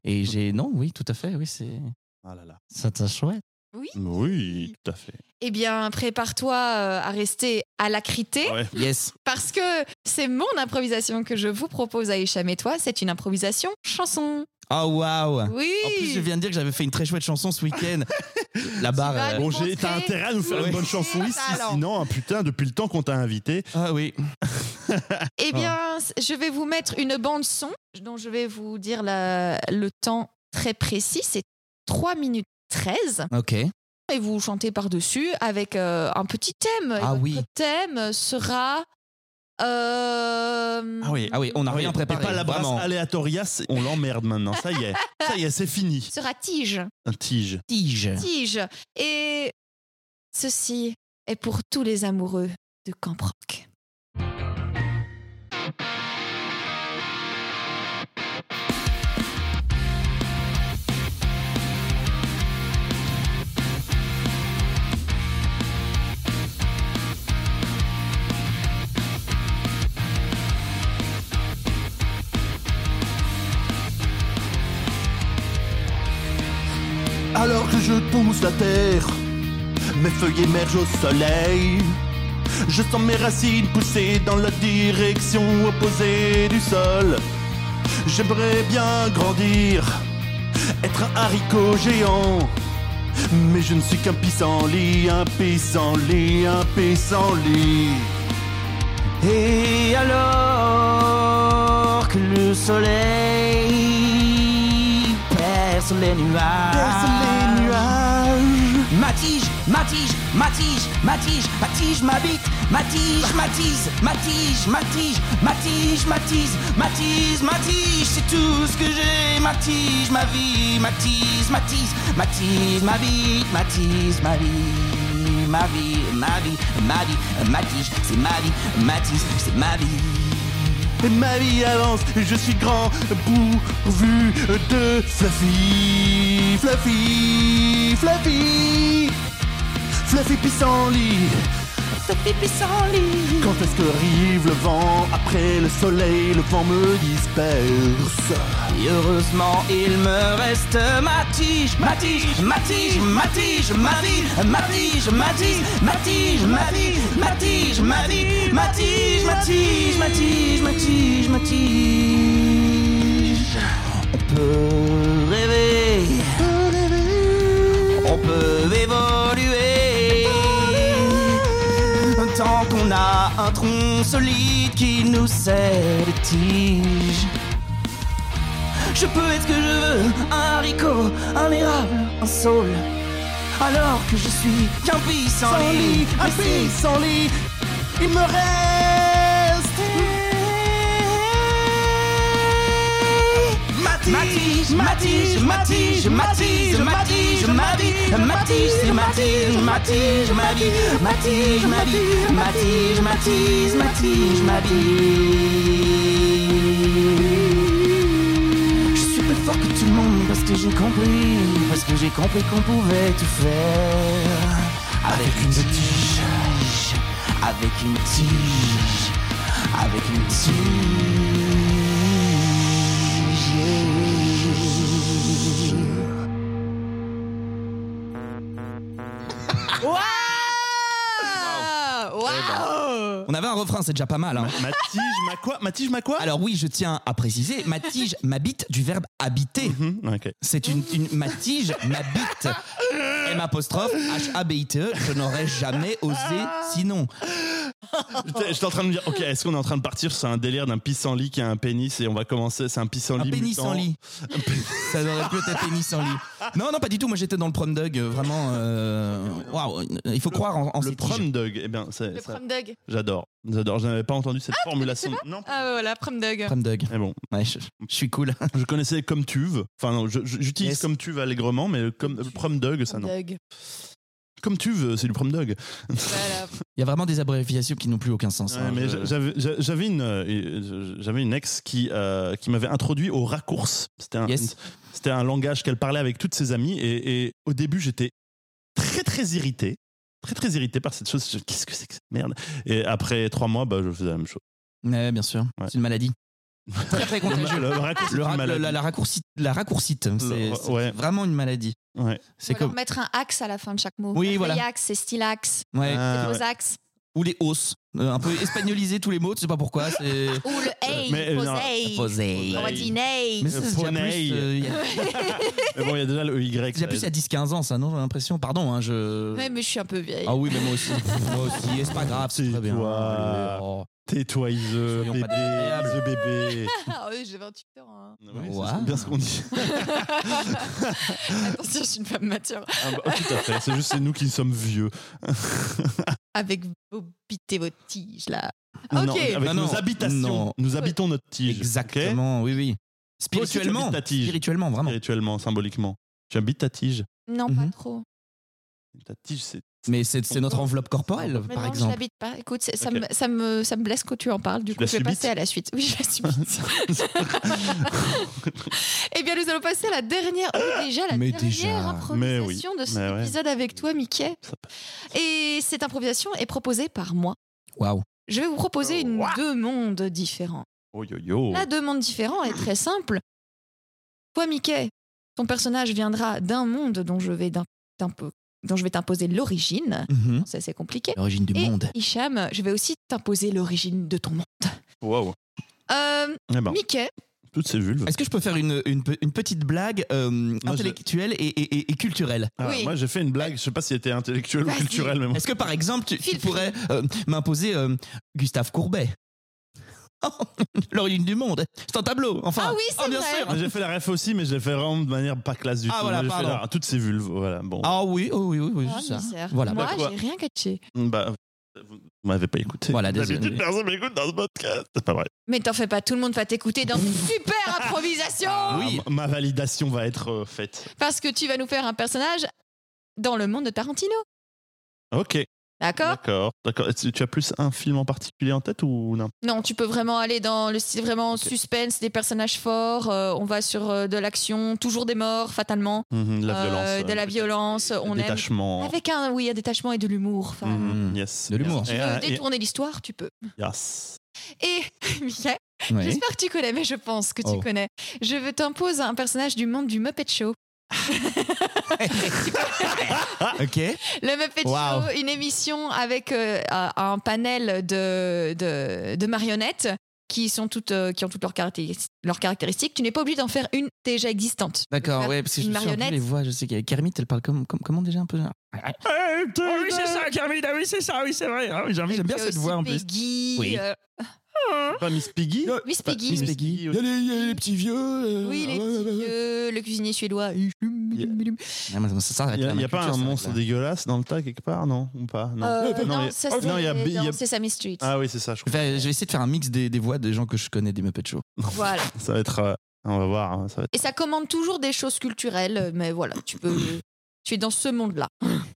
Speaker 3: et j'ai. Non, oui, tout à fait. Oui, c'est.
Speaker 2: Ah là là.
Speaker 3: Ça t'a chouette.
Speaker 1: Oui.
Speaker 2: Oui, tout à fait.
Speaker 1: Eh bien, prépare-toi euh, à rester à la crité.
Speaker 2: Ouais.
Speaker 3: Yes.
Speaker 1: parce que c'est mon improvisation que je vous propose à Hicham et toi. C'est une improvisation chanson.
Speaker 3: Oh,
Speaker 2: Ah.
Speaker 3: waouh.
Speaker 1: Oui.
Speaker 3: En plus, je viens de dire que j'avais fait une très chouette chanson ce week-end. La barre.
Speaker 1: vas
Speaker 3: euh,
Speaker 1: nous
Speaker 2: Bon, j'ai-
Speaker 1: montrer
Speaker 2: t'as intérêt à nous faire
Speaker 3: Oui.
Speaker 2: une bonne chanson
Speaker 1: Oui,
Speaker 2: ici,
Speaker 1: alors.
Speaker 2: sinon, hein, putain, depuis le temps qu'on t'a invité.
Speaker 3: Ah oui.
Speaker 1: Eh bien, c- je vais vous mettre une bande son dont je vais vous dire la- le temps très précis. C'est 3 minutes 13.
Speaker 3: Ok.
Speaker 1: Et vous chantez par-dessus avec euh, un petit thème. Et
Speaker 3: Ah
Speaker 1: votre
Speaker 3: oui.
Speaker 1: thème sera... euh,
Speaker 2: Ah oui.
Speaker 3: Ah oui, on n'a
Speaker 2: Ah oui,
Speaker 3: rien
Speaker 2: et
Speaker 3: préparé.
Speaker 2: pas la brasse
Speaker 3: vraiment.
Speaker 2: aléatorias, on l'emmerde maintenant. Ça y est, ça y est, c'est fini.
Speaker 1: Sera tige.
Speaker 2: Un tige.
Speaker 3: Tige.
Speaker 1: Tige. Et ceci est pour tous les amoureux de Camp Rock.
Speaker 4: Alors que je pousse la terre, mes feuilles émergent au soleil. Je sens mes racines pousser dans la direction opposée du sol. J'aimerais bien grandir, être un haricot géant. Mais je ne suis qu'un pissenlit, un pissenlit, un pissenlit.
Speaker 3: Et alors que le soleil perce les nuages,
Speaker 5: Ah.
Speaker 4: Perce les nuages.
Speaker 3: ma tige, ma tige, ma tige, ma tige, ma tige, ma bite, ma tige, ma tige, ma tige, ma tige, ma tige, ma tige, ma tige, ma tige, c'est tout ce que j'ai, ma tige, ma vie, ma tige, ma tige, ma tige, ma bite, ma tige, ma vie, ma vie, ma vie, ma vie, ma tige, c'est ma vie, ma tige, c'est ma vie.
Speaker 4: Et ma vie avance, je suis grand, pourvu de Fluffy, Fluffy, Fluffy, Fluffy pissenlit, Fluffy pissenlit. Quand est-ce que arrive le vent après le soleil, le vent me disperse.
Speaker 5: Et heureusement, il me reste ma tige, ma tige, ma tige, ma tige, ma vie, ma tige, ma tige, ma tige, ma vie, ma tige, ma vie, ma tige, ma tige, ma tige, ma tige, ma tige. On peut rêver, on peut évoluer. Tant qu'on a un tronc solide qui nous sert de tige. Je peux être ce que je veux, un haricot, un érable, un saule. Alors que je suis qu'un pis sans lit,
Speaker 4: un
Speaker 5: mais c'est-
Speaker 4: pissenlit, il me reste.
Speaker 6: matise, matise, matise, matise, matise, matise, matise, matise, matise, matise, matise, matise, matise, matise, matise, matise. Je suis plus fort que tout le monde parce que j'ai compris, parce que j'ai compris qu'on pouvait tout faire avec une tige, avec une tige, avec une tige.
Speaker 1: Ah! Waouh Waouh
Speaker 3: On avait un refrain, c'est déjà pas mal. hein.
Speaker 2: Ma tige, ma quoi Ma tige, ma quoi
Speaker 3: Alors oui, je tiens à préciser, ma tige m'habite du verbe habiter.
Speaker 2: Mhm, ok.
Speaker 3: C'est une, une ma tige m'habite. M apostrophe H A B I T E. Je n'aurais jamais osé sinon.
Speaker 2: J'étais j'étais en train de me dire, ok, est-ce qu'on est en train de partir sur un délire d'un pissenlit qui a un pénis et on va commencer, c'est un pissenlit
Speaker 3: Un pénis
Speaker 2: mutant.
Speaker 3: sans lit. Ça aurait pu être un pénis sans lit. Non, non, pas du tout. Moi, j'étais dans le prom dog. euh, Vraiment, euh, waouh. il faut croire en, en
Speaker 2: Le
Speaker 3: ces tiges.
Speaker 2: prom dog, eh bien, c'est-
Speaker 1: Le
Speaker 2: ça-
Speaker 1: prom dog.
Speaker 2: j'adore, j'adore. Je n'avais pas entendu cette formulation. Non.
Speaker 1: Ah ouais, voilà, prom dog.
Speaker 3: Prom dog.
Speaker 2: Mais bon,
Speaker 3: Ouais, je, je suis cool.
Speaker 2: je connaissais comme tuve. Enfin, non, je- je- j'utilise
Speaker 3: Yes.
Speaker 2: comme tuve allègrement, mais comme le prom dog, ça
Speaker 1: Prom
Speaker 2: non.
Speaker 1: dog.
Speaker 2: Comme tuve, c'est du prom dog.
Speaker 1: Voilà.
Speaker 3: Il y a vraiment des abréviations qui n'ont plus aucun sens.
Speaker 2: Ouais,
Speaker 3: hein,
Speaker 2: mais
Speaker 3: je-
Speaker 2: j'a- j'avais- j'a- j'avais une euh, j'avais une ex qui euh, qui m'avait introduit au raccourci. C'était un
Speaker 3: Yes.
Speaker 2: c'était un langage qu'elle parlait avec toutes ses amies et, et au début j'étais très très irrité, très très irrité par cette chose. Je- Qu'est-ce que c'est que cette merde Et après trois mois, bah, je faisais la même chose.
Speaker 3: Ouais, bien sûr.
Speaker 2: Ouais.
Speaker 3: C'est une maladie. Très, très
Speaker 2: Le,
Speaker 3: contagieux.
Speaker 2: le raccourci,
Speaker 3: Le
Speaker 2: c'est une
Speaker 3: rac-
Speaker 2: maladie.
Speaker 3: la, la raccourcite, la raccourcite, hein, c'est
Speaker 2: Le-
Speaker 3: c'est
Speaker 2: ouais.
Speaker 3: vraiment une maladie.
Speaker 2: Ouais.
Speaker 3: C'est
Speaker 1: Ou alors
Speaker 3: comme
Speaker 1: mettre un axe à la fin de chaque mot.
Speaker 3: Oui, voilà.
Speaker 1: Axe, c'est stylaxe,
Speaker 3: ouais.
Speaker 2: Ah, ouais.
Speaker 1: gros axe.
Speaker 3: ou les os, Euh, un peu espagnoliser tous les mots, tu sais pas pourquoi. C'est
Speaker 1: Ou le hey,
Speaker 2: Mais, euh, non,
Speaker 1: posey.
Speaker 3: Posey.
Speaker 1: On va dire hey.
Speaker 3: Mais ça, c'est déjà plus,
Speaker 2: Poney.
Speaker 3: euh, il y a-
Speaker 2: Mais Euh, bon, il y a déjà le E Y.
Speaker 3: c'est déjà plus il y a 10-15 ans, ça, non J'ai l'impression. Pardon, hein, je.
Speaker 2: euh,
Speaker 1: Ouais, mais je suis un peu vieille.
Speaker 3: Ah oui, mais moi aussi. moi aussi, et c'est pas grave, c'est
Speaker 2: C'est
Speaker 3: très bien.
Speaker 2: toi.
Speaker 3: Oh.
Speaker 2: Tais-toi, Ise,
Speaker 3: Soyons
Speaker 2: bébé,
Speaker 3: pas désagréables.
Speaker 2: Ise, bébé.
Speaker 1: Ah oui, j'ai 28 ans. hein.
Speaker 2: Ouais, c'est-
Speaker 3: Wow.
Speaker 2: C'est bien ce qu'on dit.
Speaker 1: Attention, je suis une femme mature.
Speaker 2: Ah, bah, tout à fait. C'est juste c'est nous qui sommes vieux.
Speaker 1: Avec vos bites et vos tiges, là.
Speaker 2: Non,
Speaker 3: Ah,
Speaker 1: ok.
Speaker 2: avec
Speaker 3: Non,
Speaker 2: nos
Speaker 3: non.
Speaker 2: habitations.
Speaker 3: Non.
Speaker 2: Nous habitons notre tige. ok
Speaker 3: Exactement, oui, oui.
Speaker 2: Toi aussi,
Speaker 3: Spirituellement,
Speaker 2: tu habites ta tige.
Speaker 3: spirituellement, vraiment.
Speaker 2: Spirituellement, symboliquement. Tu habites ta tige.
Speaker 1: Non,
Speaker 3: Mhm.
Speaker 1: pas trop.
Speaker 2: Ta tige, c'est.
Speaker 3: Mais c'est c'est notre enveloppe corporelle,
Speaker 1: Mais
Speaker 3: par
Speaker 1: non, je
Speaker 3: exemple.
Speaker 1: l'habite pas. Écoute, c'est- ça,
Speaker 2: Euh, Ok.
Speaker 1: me, ça, me, ça me blesse que tu en parles. Du
Speaker 2: Tu
Speaker 1: coup,
Speaker 2: la
Speaker 1: je vais
Speaker 2: subites
Speaker 1: passer à la suite. Oui, je la subis. Eh bien, nous allons passer à la dernière, oh, déjà la
Speaker 3: Mais
Speaker 1: dernière
Speaker 3: déjà.
Speaker 1: improvisation de cet
Speaker 2: Mais ouais.
Speaker 1: épisode avec toi, Mickey.
Speaker 2: Ça
Speaker 1: Et cette improvisation est proposée par moi.
Speaker 3: Waouh.
Speaker 1: Je vais vous proposer une deux mondes différents.
Speaker 2: Oh yo yo.
Speaker 1: La demande différente est très simple. Toi, Mickey, ton personnage viendra d'un monde dont je vais d'im- t'impo- dont je vais t'imposer l'origine.
Speaker 3: Mhm.
Speaker 1: Ça, c'est compliqué.
Speaker 3: L'origine du
Speaker 1: Et
Speaker 3: monde.
Speaker 1: Hicham, je vais aussi t'imposer l'origine de ton monde.
Speaker 2: Wow.
Speaker 1: Euh,
Speaker 2: Eh ben,
Speaker 1: Mickey,
Speaker 2: toutes ces vulves.
Speaker 3: Est-ce que je peux faire une, une pe- une petite blague euh, intellectuelle et, et- et- et culturelle
Speaker 2: Ah,
Speaker 1: oui.
Speaker 2: Moi, j'ai fait une blague. Je sais pas si elle était intellectuelle ou
Speaker 1: Vas-y.
Speaker 2: culturelle, mais moi.
Speaker 3: Est-ce que par exemple, tu, tu
Speaker 1: Feel free.
Speaker 3: pourrais euh, m'imposer euh, Gustave Courbet L'origine du monde. C'est un tableau, enfin.
Speaker 1: Ah oui, c'est
Speaker 3: oh, bien
Speaker 1: vrai.
Speaker 3: sûr.
Speaker 2: J'ai fait la ref aussi, mais je l'ai fait vraiment de manière pas classe du
Speaker 3: Ah,
Speaker 2: tout.
Speaker 3: voilà,
Speaker 2: Moi, j'ai fait
Speaker 3: pardon.
Speaker 2: la- toutes ces vulves. Voilà. Bon.
Speaker 3: Ah oui, oh oui, oui, oui,
Speaker 1: Ah,
Speaker 3: c'est ça.
Speaker 1: misère.
Speaker 3: Voilà.
Speaker 1: moi,
Speaker 2: Bah, quoi
Speaker 1: j'ai rien catché.
Speaker 2: Bah, vous vous m'avez pas écouté.
Speaker 3: Voilà,
Speaker 2: D'habitude,
Speaker 3: désolé.
Speaker 2: personne m'écoute dans ce podcast. C'est pas vrai.
Speaker 1: Mais t'en fais pas, tout le monde va t'écouter dans une super improvisation
Speaker 3: Oui.
Speaker 2: Ah, ma ma validation va être euh, faite.
Speaker 1: Parce que tu vas nous faire un personnage dans le monde de Tarantino,
Speaker 2: Ok.
Speaker 1: d'accord
Speaker 2: D'accord. D'accord. Est-ce que Tu as plus un film en particulier en tête ou non
Speaker 1: Non, tu peux vraiment aller dans le style vraiment suspense, des personnages forts, euh, on va sur euh, de l'action, toujours des morts, fatalement,
Speaker 3: Mmh,
Speaker 2: Mhm, de
Speaker 1: Euh,
Speaker 2: La violence.
Speaker 1: de la
Speaker 2: euh,
Speaker 1: violence, on aime.
Speaker 2: Détachement.
Speaker 1: Avec Eh, un, oui, un détachement et de l'humour. Enfin,
Speaker 2: Mhm, Yes.
Speaker 3: Mmh, De l'humour.
Speaker 2: Yes.
Speaker 1: Tu
Speaker 2: Et,
Speaker 1: veux
Speaker 2: euh, et-
Speaker 1: détourner l'histoire, tu peux.
Speaker 2: Yes.
Speaker 1: Et, Mickey,
Speaker 3: Oui.
Speaker 1: j'espère que tu connais, mais je pense que tu
Speaker 3: Oh.
Speaker 1: connais. Je veux t'impose un personnage du monde du Muppet Show.
Speaker 3: Ah, Ok.
Speaker 1: Le Muppet
Speaker 3: Wow.
Speaker 1: Show, une émission avec euh, un un panel de, de, de marionnettes qui, sont toutes, euh, qui ont toutes leurs caractéris- leurs caractéristiques. Tu n'es pas obligé d'en faire une déjà existante.
Speaker 3: D'accord,
Speaker 1: Faire
Speaker 3: ouais, parce que je
Speaker 1: une
Speaker 3: me souviens plus
Speaker 1: marionnette.
Speaker 3: les voix. Je sais qu'il y a Kermit, elle parle comme, comme- comment déjà un peu genre
Speaker 2: oui, c'est ça.
Speaker 3: Kermit, ah oui, c'est ça, oui, c'est vrai. j'aime
Speaker 1: Et puis aussi Peggy,
Speaker 3: Oui.
Speaker 1: euh,
Speaker 2: Pas Miss Piggy
Speaker 1: Miss Peggy.
Speaker 3: Miss Peggy. Il y a les, il y a les petits vieux. euh,
Speaker 1: oui, les
Speaker 3: ah,
Speaker 1: petits
Speaker 3: ouais, ouais, ouais.
Speaker 1: vieux, le cuisinier suédois.
Speaker 3: Ah, mais ça, ça
Speaker 2: Il
Speaker 3: arrête
Speaker 2: n'y
Speaker 3: là,
Speaker 2: a,
Speaker 3: ma
Speaker 2: y a pas
Speaker 3: culture,
Speaker 2: un
Speaker 3: ça arrête
Speaker 2: monstre
Speaker 3: là.
Speaker 2: dégueulasse dans le tas quelque part, non Ou pas Non.
Speaker 1: Euh, non,
Speaker 2: il y a-
Speaker 1: ça c'est
Speaker 2: non, il y a- il y a-
Speaker 1: dans Sesame Street.
Speaker 2: Ah oui, c'est ça, je
Speaker 3: Je
Speaker 2: crois.
Speaker 3: vais, je vais essayer de faire un mix des, des voix des gens que je connais des Muppet Show.
Speaker 1: Voilà.
Speaker 2: Ça va être. euh, On va voir. hein, ça va être-
Speaker 1: Et ça commande toujours des choses culturelles, mais voilà, tu peux. Tu es dans ce monde-là.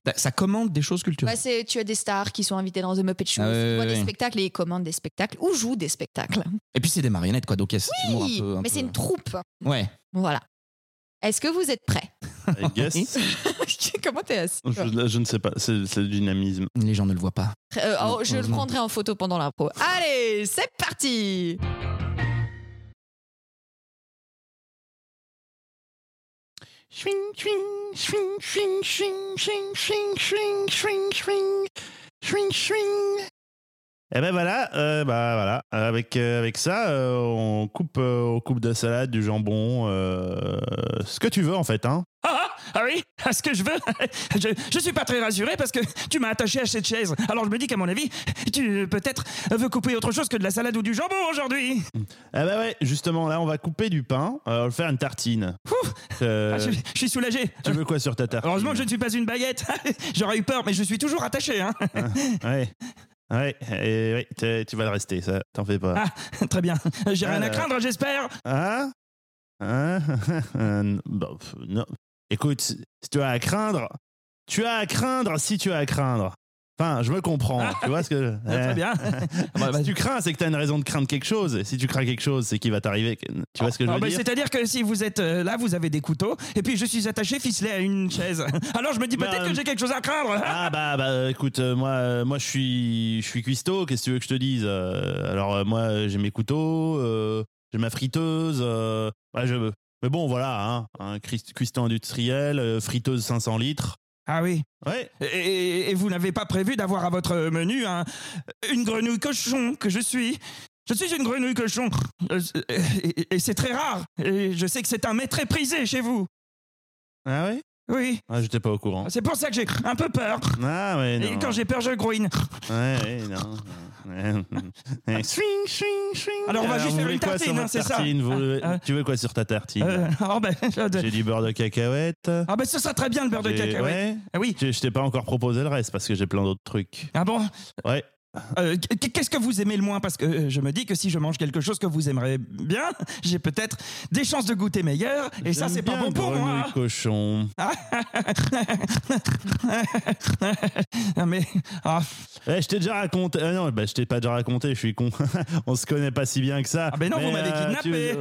Speaker 3: Bah, Ça commande des choses culturelles.
Speaker 1: Bah, c'est- tu as des stars qui sont invitées dans The Muppet Show,
Speaker 3: Ah ouais,
Speaker 1: ils voient
Speaker 3: ouais,
Speaker 1: des
Speaker 3: ouais.
Speaker 1: spectacles et ils commandent des spectacles ou jouent des spectacles.
Speaker 3: Et puis c'est des marionnettes, quoi. Donc il y a cet humour un peu- euh, un
Speaker 1: Bah, mais
Speaker 3: peu-
Speaker 1: c'est une troupe.
Speaker 3: Ouais.
Speaker 1: Voilà. Est-ce que vous êtes prêts
Speaker 2: I guess.
Speaker 1: Comment t'es assis toi
Speaker 2: je, je ne sais pas. C'est c'est le dynamisme.
Speaker 3: Les gens ne le voient pas.
Speaker 1: Euh, oh,
Speaker 3: Non,
Speaker 1: Je le
Speaker 3: heureusement.
Speaker 1: prendrai en photo pendant l'impro. Allez, c'est parti
Speaker 2: Et ben voilà, euh, bah voilà. Euh, Avec euh, avec ça, euh, on coupe euh, on coupe de la salade, du jambon, euh, ce que tu veux en fait. Hein.
Speaker 6: Ah, ah, ah oui, ah, ce que je veux. Je, je suis pas très rassuré parce que tu m'as attaché à cette chaise. Alors je me dis qu'à mon avis, tu euh, peut-être veux couper autre chose que de la salade ou du jambon aujourd'hui.
Speaker 2: Eh ben ouais, justement là, on va couper du pain, euh, on va faire une tartine.
Speaker 6: Ouf.
Speaker 2: Euh,
Speaker 6: Ah, je, je suis soulagé.
Speaker 2: tu veux quoi sur ta tartine
Speaker 6: Heureusement que je ne suis pas une baguette. J'aurais eu peur, mais je suis toujours attaché. Hein.
Speaker 2: Ah, Ouais. Ouais, et ouais, t'es- tu vas le rester, ça, t'en fais pas.
Speaker 6: Ah, Très bien. J'ai rien à
Speaker 2: Euh.
Speaker 6: craindre, j'espère.
Speaker 2: Hein Hein Bon, pff, non. Écoute, si tu as à craindre, tu as à craindre si tu as à craindre. Enfin, je me comprends, tu vois ce que... je-
Speaker 6: Ah. Très
Speaker 2: Eh.
Speaker 6: bien.
Speaker 3: bah, bah,
Speaker 2: Si tu crains, c'est que t'as une raison de craindre quelque chose. Et si tu crains quelque chose, c'est qu'il va t'arriver. que- Tu vois ce que je
Speaker 6: Ah,
Speaker 2: veux
Speaker 6: bah,
Speaker 2: dire
Speaker 6: C'est-à-dire que si vous êtes euh, là, vous avez des couteaux, et puis je suis attaché, ficelé à une chaise. Alors je me dis
Speaker 2: Bah,
Speaker 6: peut-être
Speaker 2: euh,
Speaker 6: que j'ai quelque chose à craindre.
Speaker 2: Ah bah, bah écoute, euh, moi, euh, moi je suis, je suis cuistot, qu'est-ce que tu veux que je te dise Euh, Alors euh, moi euh, j'ai mes couteaux, euh, j'ai ma friteuse, euh, bah, je, mais bon voilà, hein, un crist- cuistot industriel, euh, friteuse 500 litres.
Speaker 6: Ah oui.
Speaker 2: Ouais,
Speaker 6: Et- Et, et vous n'avez pas prévu d'avoir à votre menu un- une grenouille cochon que je suis je suis une grenouille cochon. Euh, Et, et- et c'est très rare. Et je sais que c'est un mets très prisé chez vous.
Speaker 2: ah ouais
Speaker 6: Oui.
Speaker 2: Ah j'étais pas au courant.
Speaker 6: C'est pour ça que j'ai un peu peur.
Speaker 2: Ah ouais, non.
Speaker 6: Et quand j'ai peur, je grogne.
Speaker 2: Ouais, ouais, non. Ouais.
Speaker 6: Alors on va juste
Speaker 2: vous
Speaker 6: faire
Speaker 2: voulez
Speaker 6: une
Speaker 2: quoi sur
Speaker 6: tartine,
Speaker 2: votre
Speaker 6: hein, c'est ça
Speaker 2: tartine Vous voulez-
Speaker 6: Ah, ah.
Speaker 2: Tu veux quoi sur ta tartine
Speaker 6: Euh, oh, ben, euh, de-
Speaker 2: J'ai du beurre de cacahuète.
Speaker 6: ah ben, ce sera très bien le beurre de
Speaker 2: J'ai-
Speaker 6: cacahuète.
Speaker 2: ouais.
Speaker 6: Ah oui.
Speaker 2: Je, je t'ai pas encore proposé le reste parce que j'ai plein d'autres trucs.
Speaker 6: Ah bon
Speaker 2: Ouais.
Speaker 6: Euh, qu- Qu'est-ce que vous aimez le moins Parce que euh, je me dis que si je mange quelque chose que vous aimerez bien, j'ai peut-être des chances de goûter meilleur. Et ça,
Speaker 2: J'aime
Speaker 6: c'est pas
Speaker 2: bien
Speaker 6: bon pour
Speaker 2: grenouille
Speaker 6: moi.
Speaker 2: cochon.
Speaker 6: Ah, mais ah,
Speaker 2: Eh, je t'ai déjà raconté. Ah non, bah, je t'ai pas déjà raconté, je suis con. On se connaît pas si bien que ça.
Speaker 6: Ah, mais non, vous m'avez
Speaker 2: tu- ouais.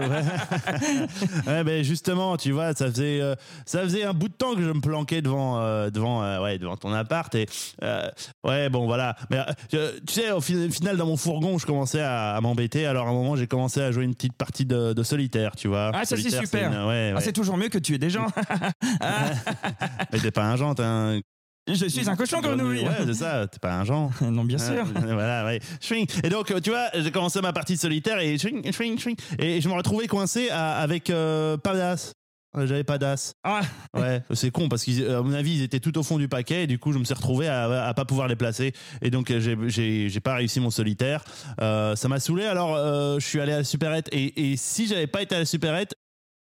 Speaker 2: Ouais, mais justement, tu vois, ça faisait, euh, ça faisait un bout de temps que je me planquais devant, euh, devant, euh, ouais, devant ton appart. Et euh, ouais, bon, voilà. Mais euh, tu sais, au fi- final, dans mon fourgon, je commençais à, à m'embêter. Alors, à un moment, j'ai commencé à jouer une petite partie de, de solitaire, tu vois.
Speaker 6: Ah, ça, c'est
Speaker 2: Solitaire,
Speaker 6: super.
Speaker 2: une- ouais,
Speaker 6: ah,
Speaker 2: ouais.
Speaker 6: c'est toujours mieux que tuer des gens.
Speaker 2: Mais t'es pas un gent, hein.
Speaker 6: Ah. Je suis un cochon grenouille.
Speaker 2: Ouais, c'est ça, t'es pas un gent.
Speaker 6: Non, bien
Speaker 2: Ah,
Speaker 6: sûr.
Speaker 2: voilà, ouais. Chouing. Et donc, euh, tu vois, j'ai commencé ma partie solitaire et chouing, chouing, chouing. Et je me retrouvais coincé à- avec euh, pas d'as. Euh, J'avais pas d'as.
Speaker 6: Ah,
Speaker 2: Ouais, c'est con parce qu'à mon avis, ils étaient tout au fond du paquet et du coup, je me suis retrouvé à, à pas pouvoir les placer. Et donc, euh, j'ai- j'ai j'ai pas réussi mon solitaire. Euh, ça m'a saoulé. Alors, euh, je suis allé à la supérette et, et si j'avais pas été à la supérette,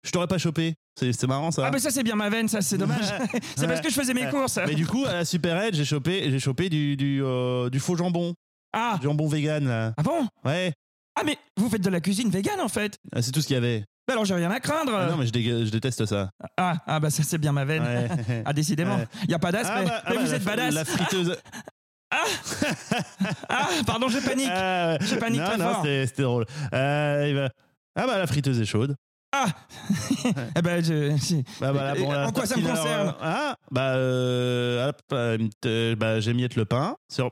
Speaker 2: je t'aurais pas chopé. C'est c'est marrant ça.
Speaker 6: ah, mais ça, c'est bien ma veine, ça, c'est dommage. c'est parce que je faisais mes
Speaker 2: Ouais.
Speaker 6: courses.
Speaker 2: Mais du coup, à la supérette, j'ai chopé, j'ai chopé du, du, euh, du faux jambon.
Speaker 6: Ah,
Speaker 2: Jambon vegan, là.
Speaker 6: ah bon
Speaker 2: Ouais.
Speaker 6: Ah, mais vous faites de la cuisine végane en fait.
Speaker 2: Ah, C'est tout ce qu'il y avait.
Speaker 6: Bah, alors, j'ai rien à craindre.
Speaker 2: Ah non, mais je, dégue- je déteste ça.
Speaker 6: Ah, ah, bah, ça, c'est bien ma veine.
Speaker 2: Ouais.
Speaker 6: Ah, décidément.
Speaker 2: Ouais.
Speaker 6: Il n'y a pas d'as,
Speaker 2: Ah
Speaker 6: mais,
Speaker 2: bah- ah
Speaker 6: mais
Speaker 2: bah,
Speaker 6: vous
Speaker 2: la
Speaker 6: êtes
Speaker 2: fri-
Speaker 6: badass.
Speaker 2: La friteuse.
Speaker 6: Ah, pardon, je panique.
Speaker 2: Ah,
Speaker 6: Je panique
Speaker 2: non,
Speaker 6: très
Speaker 2: non,
Speaker 6: fort.
Speaker 2: c'était c'était drôle. Euh, il va- Ah bah la friteuse est chaude.
Speaker 6: Ah Eh ben, je- si.
Speaker 2: Bah, bah, là,
Speaker 6: Et-
Speaker 2: bon,
Speaker 6: et
Speaker 2: la
Speaker 6: en quoi ça me
Speaker 2: tartine, alors,
Speaker 6: concerne
Speaker 2: euh, Ah bah, euh, hop, euh, une petite- euh, bah j'émiette le pain sur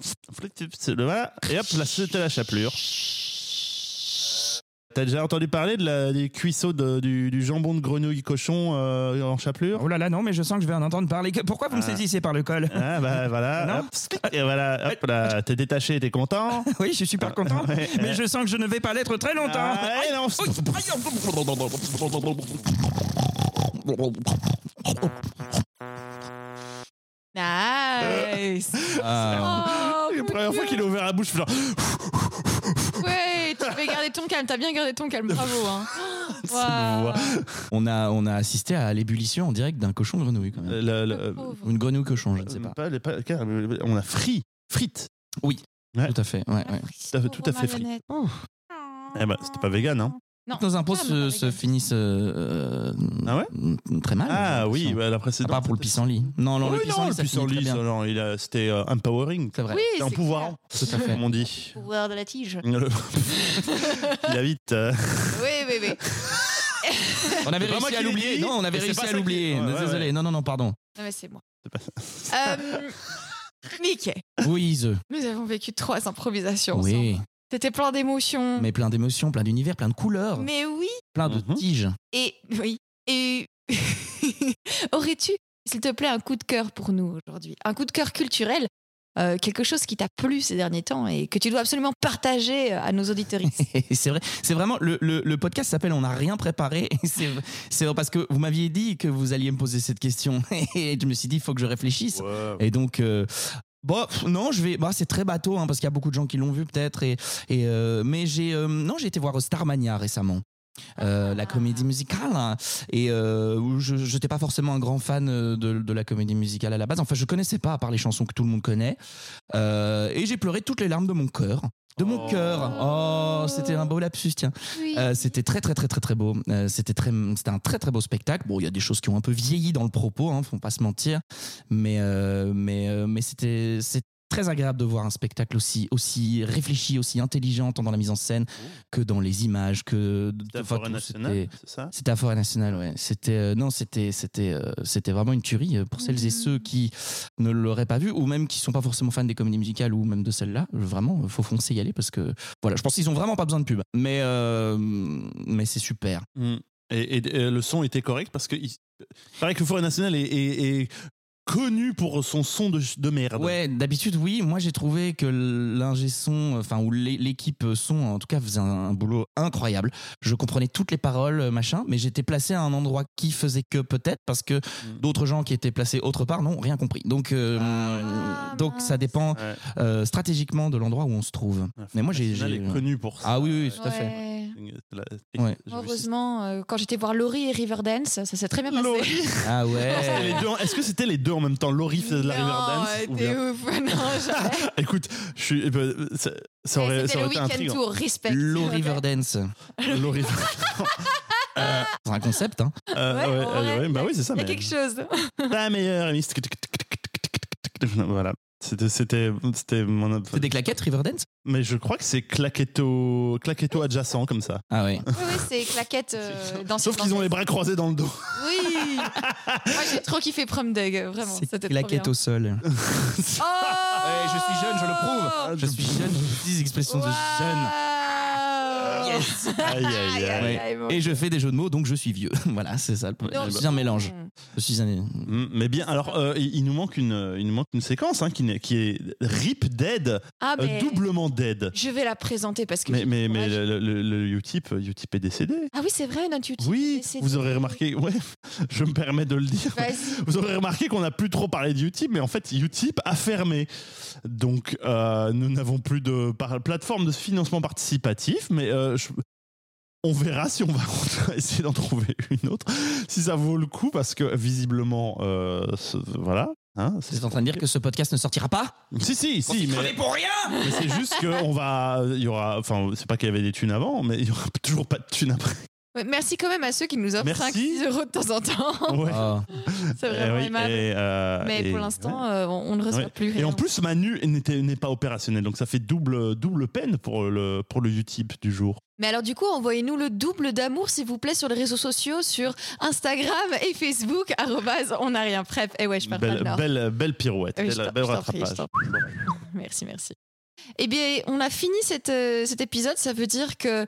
Speaker 2: le voilà et hop là c'était la chapelure. T'as déjà entendu parler de la, des cuisseaux de- du, du jambon de grenouille cochon euh, en chapelure
Speaker 6: Oh là là, non, mais je sens que je vais en entendre parler. Que- Pourquoi vous me
Speaker 2: Ah.
Speaker 6: saisissez par le col
Speaker 2: Ah bah voilà.
Speaker 6: Non.
Speaker 2: hop, et voilà, hop là, t'es détaché, t'es content.
Speaker 6: Oui, je suis super content,
Speaker 2: Ah. ouais.
Speaker 6: mais je sens que je ne vais pas l'être très longtemps.
Speaker 2: Ah, ouais, non.
Speaker 6: Aïe,
Speaker 1: Nice
Speaker 3: Ah,
Speaker 1: Oh,
Speaker 2: C'est la première fois qu'il a ouvert la bouche, genre,
Speaker 1: Ouais, tu devais garder ton calme, t'as bien gardé ton calme, bravo hein.
Speaker 2: bon,
Speaker 1: Waouh.
Speaker 3: on, a, on a assisté à l'ébullition en direct d'un cochon grenouille, quand même.
Speaker 2: euh, le- le- euh,
Speaker 1: Pauvre.
Speaker 3: Ou une grenouille cochon, je ne sais
Speaker 1: euh,
Speaker 3: pas.
Speaker 2: Pas les- pas- on a frit, frites.
Speaker 3: Tout à fait, ouais, ouais.
Speaker 2: Tout à fait, tout à fait frit. Eh ben, c'était pas vegan, hein
Speaker 1: Non.
Speaker 3: Nos impôts
Speaker 1: Ah,
Speaker 3: se,
Speaker 1: non,
Speaker 3: se
Speaker 1: avec-
Speaker 3: finissent euh,
Speaker 2: Ah ouais
Speaker 3: euh, très mal.
Speaker 2: Ah oui, bah, la
Speaker 3: À
Speaker 2: précédente.
Speaker 3: part pour le pissenlit. Non, non,
Speaker 2: Oui, non,
Speaker 3: le pissenlit,
Speaker 2: le
Speaker 3: ça finit très
Speaker 2: pissenlit, ça,
Speaker 3: bien.
Speaker 2: non, il a- c'était euh, empowering.
Speaker 3: C'est vrai.
Speaker 1: Oui,
Speaker 2: C'est un
Speaker 1: c'est
Speaker 2: pouvoir,
Speaker 3: Tout à fait.
Speaker 2: comme on dit.
Speaker 1: clair. Pouvoir de la tige.
Speaker 2: Le- il habite. euh,
Speaker 1: Oui, oui, oui.
Speaker 2: C'est
Speaker 3: On avait
Speaker 2: pas moi
Speaker 3: réussi à
Speaker 2: qui l'ai
Speaker 3: l'oublier.
Speaker 2: dit,
Speaker 3: Non, on avait
Speaker 2: et c'est
Speaker 3: réussi
Speaker 2: pas
Speaker 3: à
Speaker 2: ça qui-
Speaker 3: l'oublier.
Speaker 2: Ouais, ouais,
Speaker 3: Désolé.
Speaker 2: ouais.
Speaker 3: Non, non, non, pardon.
Speaker 1: Non, mais c'est moi.
Speaker 2: C'est pas
Speaker 1: Euh, Mickey,
Speaker 3: Oui, The.
Speaker 1: nous avons vécu trois improvisations. ensemble.
Speaker 3: Oui.
Speaker 1: C'était plein d'émotions.
Speaker 3: Mais plein d'émotions, plein d'univers, plein de couleurs,
Speaker 1: Mm. Mais oui.
Speaker 3: plein de
Speaker 2: Mhm.
Speaker 3: tiges.
Speaker 1: Et oui. Et aurais-tu, s'il te plaît, un coup de cœur pour nous aujourd'hui Un coup de cœur culturel euh, quelque chose qui t'a plu ces derniers temps et que tu dois absolument partager euh, à nos auditeurs.
Speaker 3: c'est vrai, c'est vraiment le, le- le podcast s'appelle On n'a rien préparé. Et C'est c'est parce que vous m'aviez dit que vous alliez me poser cette question et je me suis dit il faut que je réfléchisse.
Speaker 2: Ouais.
Speaker 3: Et donc. euh, Bon, pff, non, je vais. Bah, c'est très bateau, hein, parce qu'il y a beaucoup de gens qui l'ont vu peut-être. Et, et, euh, mais j'ai, euh, non, j'ai été voir Starmania récemment, euh, la comédie musicale. hein. et euh, où je n'étais pas forcément un grand fan euh, de, de la comédie musicale à la base. Enfin, je connaissais pas, à part les chansons que tout le monde connaît. Euh, et j'ai pleuré toutes les larmes de mon cœur, de mon
Speaker 2: Oh.
Speaker 3: cœur. Oh, c'était un beau lapsus, tiens. Euh, c'était très très très très très beau. Euh, c'était très, c'était un très très beau spectacle. Bon, il y a des choses qui ont un peu vieilli dans le propos, hein, faut pas se mentir. Mais euh, mais euh, mais c'était c'est très agréable de voir un spectacle aussi aussi réfléchi, aussi intelligent tant dans la mise en scène que dans les images, que
Speaker 2: C'était à
Speaker 3: enfin,
Speaker 2: Forêt
Speaker 3: tout,
Speaker 2: Nationale,
Speaker 3: c'était-
Speaker 2: c'est ça
Speaker 3: c'était à Forêt Nationale, ouais. C'était euh, non, c'était c'était euh, c'était vraiment une tuerie euh, pour celles et ceux qui ne l'auraient pas vu ou même qui sont pas forcément fans des comédies musicales ou même de celle-là. Euh, Vraiment, euh, faut foncer y aller parce que voilà, je pense qu'ils ont vraiment pas besoin de pub. Mais euh, mais c'est super.
Speaker 2: Mm. Et, et, euh, le son était correct parce que il, il paraît que Forêt Nationale est, est- est connu pour son son de, de merde.
Speaker 3: Ouais, d'habitude oui. Moi j'ai trouvé que l'ingé son, enfin ou l'é- l'équipe son en tout cas faisait un, un boulot incroyable. Je comprenais toutes les paroles euh, machin, mais j'étais placé à un endroit qui faisait que peut-être parce que d'autres gens qui étaient placés autre part n'ont rien compris. Donc euh,
Speaker 1: Ah,
Speaker 3: donc
Speaker 1: mince.
Speaker 3: ça dépend
Speaker 2: Ouais.
Speaker 3: euh, stratégiquement de l'endroit où on se trouve. Mais moi j'ai
Speaker 2: Nationale
Speaker 3: j'ai-
Speaker 2: est connu pour ça.
Speaker 3: ah oui oui tout à
Speaker 1: Ouais.
Speaker 3: fait.
Speaker 2: La-
Speaker 3: Ouais.
Speaker 2: j'ai vu
Speaker 1: Heureusement, euh, quand j'étais voir Laurie et Riverdance, ça s'est très bien
Speaker 2: ça.
Speaker 1: passé.
Speaker 2: Laurie.
Speaker 3: Ah
Speaker 2: C'était les
Speaker 3: ouais.
Speaker 2: deux en- Est-ce que c'était les deux en même temps Laurie faisait de la
Speaker 1: Non,
Speaker 2: Riverdance ou
Speaker 1: euh,
Speaker 2: bien-
Speaker 1: t'es ouf. Non, jamais.
Speaker 2: Écoute, je suis, eh ben, ça, ça aurait, ça
Speaker 1: C'était le
Speaker 2: aurait été
Speaker 1: week-end
Speaker 2: intriguant.
Speaker 1: tour, respect.
Speaker 3: Low Riverdance.
Speaker 2: Laurie. Euh,
Speaker 3: C'est un concept hein.
Speaker 2: euh,
Speaker 1: Ouais,
Speaker 2: ouais,
Speaker 1: en
Speaker 2: euh,
Speaker 1: vrai,
Speaker 2: ouais, bah oui, c'est ça.
Speaker 1: Il y a
Speaker 2: Mais
Speaker 1: quelque chose.
Speaker 2: la meilleure émission. Voilà. C'était, c'était, c'était mon.
Speaker 3: C'est des claquettes Riverdance
Speaker 2: Mais je crois que c'est claquetto, claquetto adjacent comme ça.
Speaker 3: Ah ouais.
Speaker 1: Oui, oui, c'est claquette euh, dans
Speaker 2: Sauf qu'ils ont les bras croisés dans le dos.
Speaker 1: Oui Moi, j'ai trop kiffé Prom Dog, euh, vraiment.
Speaker 3: C'est
Speaker 1: C'était
Speaker 3: claquette
Speaker 1: trop
Speaker 3: au sol.
Speaker 1: bien. Oh
Speaker 3: Ouais, Eh, je suis jeune, je le
Speaker 2: Ah,
Speaker 3: prouve. Je suis jeune, je dis expressions de jeune.
Speaker 1: jeune.
Speaker 3: Yes.
Speaker 2: Aïe, aïe, aïe.
Speaker 3: Ouais. Et je fais des jeux de mots, donc je suis vieux. voilà, c'est ça. le problème.
Speaker 1: Non,
Speaker 3: je suis un mélange. Je suis un.
Speaker 2: Mm, Mais bien, alors euh, il il nous manque une, il nous manque une séquence hein, qui, n'est- qui est rip dead,
Speaker 1: Ah,
Speaker 2: euh,
Speaker 1: mais
Speaker 2: doublement dead.
Speaker 1: je vais la présenter parce que.
Speaker 2: Mais
Speaker 1: j'ai
Speaker 2: mais
Speaker 1: le
Speaker 2: mais
Speaker 1: courage.
Speaker 2: le, le- le Utip, euh, Utip est décédé.
Speaker 1: Ah oui, c'est vrai, notre YouTube.
Speaker 2: Oui,
Speaker 1: mais c'est-
Speaker 2: vous aurez remarqué. Ouais, je me permets de le dire.
Speaker 1: Vas-y.
Speaker 2: Vous aurez remarqué qu'on n'a plus trop parlé de Utip, mais en fait Utip a fermé. Donc euh, nous n'avons plus de par- plateforme de financement participatif, mais euh, je- on verra si on va essayer d'en trouver une autre, si ça vaut le coup, parce que visiblement, euh, ce- voilà. hein,
Speaker 3: Vous êtes en train de dire que ce podcast ne sortira pas
Speaker 2: Si, si, si, mais,
Speaker 3: pour rien
Speaker 2: mais c'est juste qu'on va. Il y aura. Enfin, c'est pas qu'il y avait des thunes avant, mais il y aura toujours pas de thunes après.
Speaker 1: Ouais, Merci quand même à ceux qui nous offrent
Speaker 2: Merci.
Speaker 1: 5-6 euros de temps en temps.
Speaker 2: Ouais.
Speaker 3: Euh,
Speaker 1: C'est
Speaker 2: Eh
Speaker 1: vraiment
Speaker 2: oui,
Speaker 1: aimable.
Speaker 2: et, euh,
Speaker 1: Mais pour
Speaker 2: et-
Speaker 1: l'instant, euh, on on ne reçoit
Speaker 2: Ouais.
Speaker 1: plus rien.
Speaker 2: Et en plus, Manu n'était- n'est pas opérationnel, donc ça fait double, double peine pour le, pour le Utip du jour.
Speaker 1: Mais alors du coup, envoyez-nous le double d'amour, s'il vous plaît, sur les réseaux sociaux, sur Instagram et Facebook, arrobase, on n'a rien prep. Et ouais, je parle pas de
Speaker 2: Belle,
Speaker 1: Nord.
Speaker 2: belle, belle pirouette,
Speaker 1: Oui, je
Speaker 2: belle,
Speaker 1: t'en-
Speaker 2: bel
Speaker 1: je t'en prie,
Speaker 2: rattrapage.
Speaker 1: je t'en Merci, merci. Eh bien, on a fini cette, euh, cet épisode. Ça veut dire que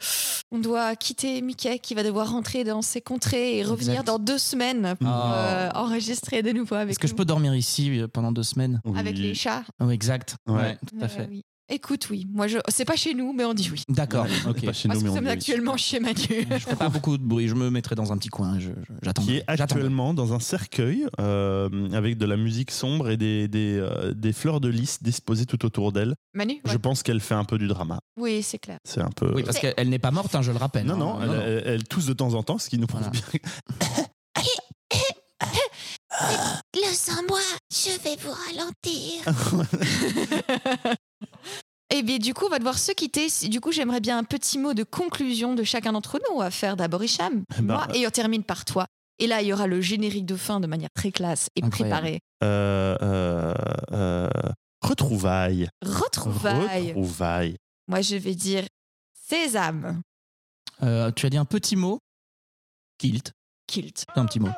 Speaker 1: on doit quitter Mickey, qui va devoir rentrer dans ses contrées et revenir
Speaker 3: Exact.
Speaker 1: dans deux semaines pour
Speaker 3: Ah.
Speaker 1: euh, enregistrer de nouveau avec
Speaker 3: Est-ce que je
Speaker 1: nous.
Speaker 3: peux dormir ici euh, pendant deux semaines
Speaker 2: Oui.
Speaker 1: avec les chats.
Speaker 3: Oh, exact.
Speaker 2: Ouais.
Speaker 3: tout à
Speaker 1: Euh,
Speaker 3: fait.
Speaker 1: oui. Écoute, oui. Moi, je. C'est pas chez nous, mais on dit oui.
Speaker 3: D'accord,
Speaker 2: Ouais,
Speaker 3: ok.
Speaker 2: pas chez
Speaker 1: Parce
Speaker 2: nous,
Speaker 1: que
Speaker 2: mais
Speaker 1: nous
Speaker 2: on
Speaker 1: sommes
Speaker 2: dit oui.
Speaker 1: actuellement chez Manu.
Speaker 3: Je ferai pas beaucoup de bruit, je me mettrai dans un petit coin, je- je- j'attends.
Speaker 2: Qui est
Speaker 3: J'attends.
Speaker 2: actuellement dans un cercueil euh, avec de la musique sombre et des, des, euh, des fleurs de lys disposées tout autour d'elle.
Speaker 1: Manu
Speaker 2: Je
Speaker 1: ouais.
Speaker 2: pense qu'elle fait un peu du drama.
Speaker 1: Oui, c'est clair.
Speaker 2: C'est un peu. euh,
Speaker 3: Oui, parce qu'elle elle n'est pas morte, hein, je le rappelle.
Speaker 2: non, non,
Speaker 3: Hein,
Speaker 2: elle, elle- elle tousse de temps en temps, ce qui nous prouve
Speaker 3: Voilà.
Speaker 2: bien.
Speaker 7: Le sans moi, je vais vous ralentir.
Speaker 1: Eh bien, du coup, on va devoir se quitter. Du coup, j'aimerais bien un petit mot de conclusion de chacun d'entre nous. On va faire d'abord Hicham,
Speaker 2: Eh ben,
Speaker 1: moi, et on termine par toi. Et là, il y aura le générique de fin de manière très classe et
Speaker 3: Incroyable.
Speaker 1: préparée.
Speaker 2: Euh, euh, euh, retrouvailles.
Speaker 1: Retrouvailles.
Speaker 2: Retrouvailles.
Speaker 1: Moi, je vais dire sésame,
Speaker 3: Euh, tu as dit un petit mot. Kilt.
Speaker 1: kilt.
Speaker 3: Un petit mot.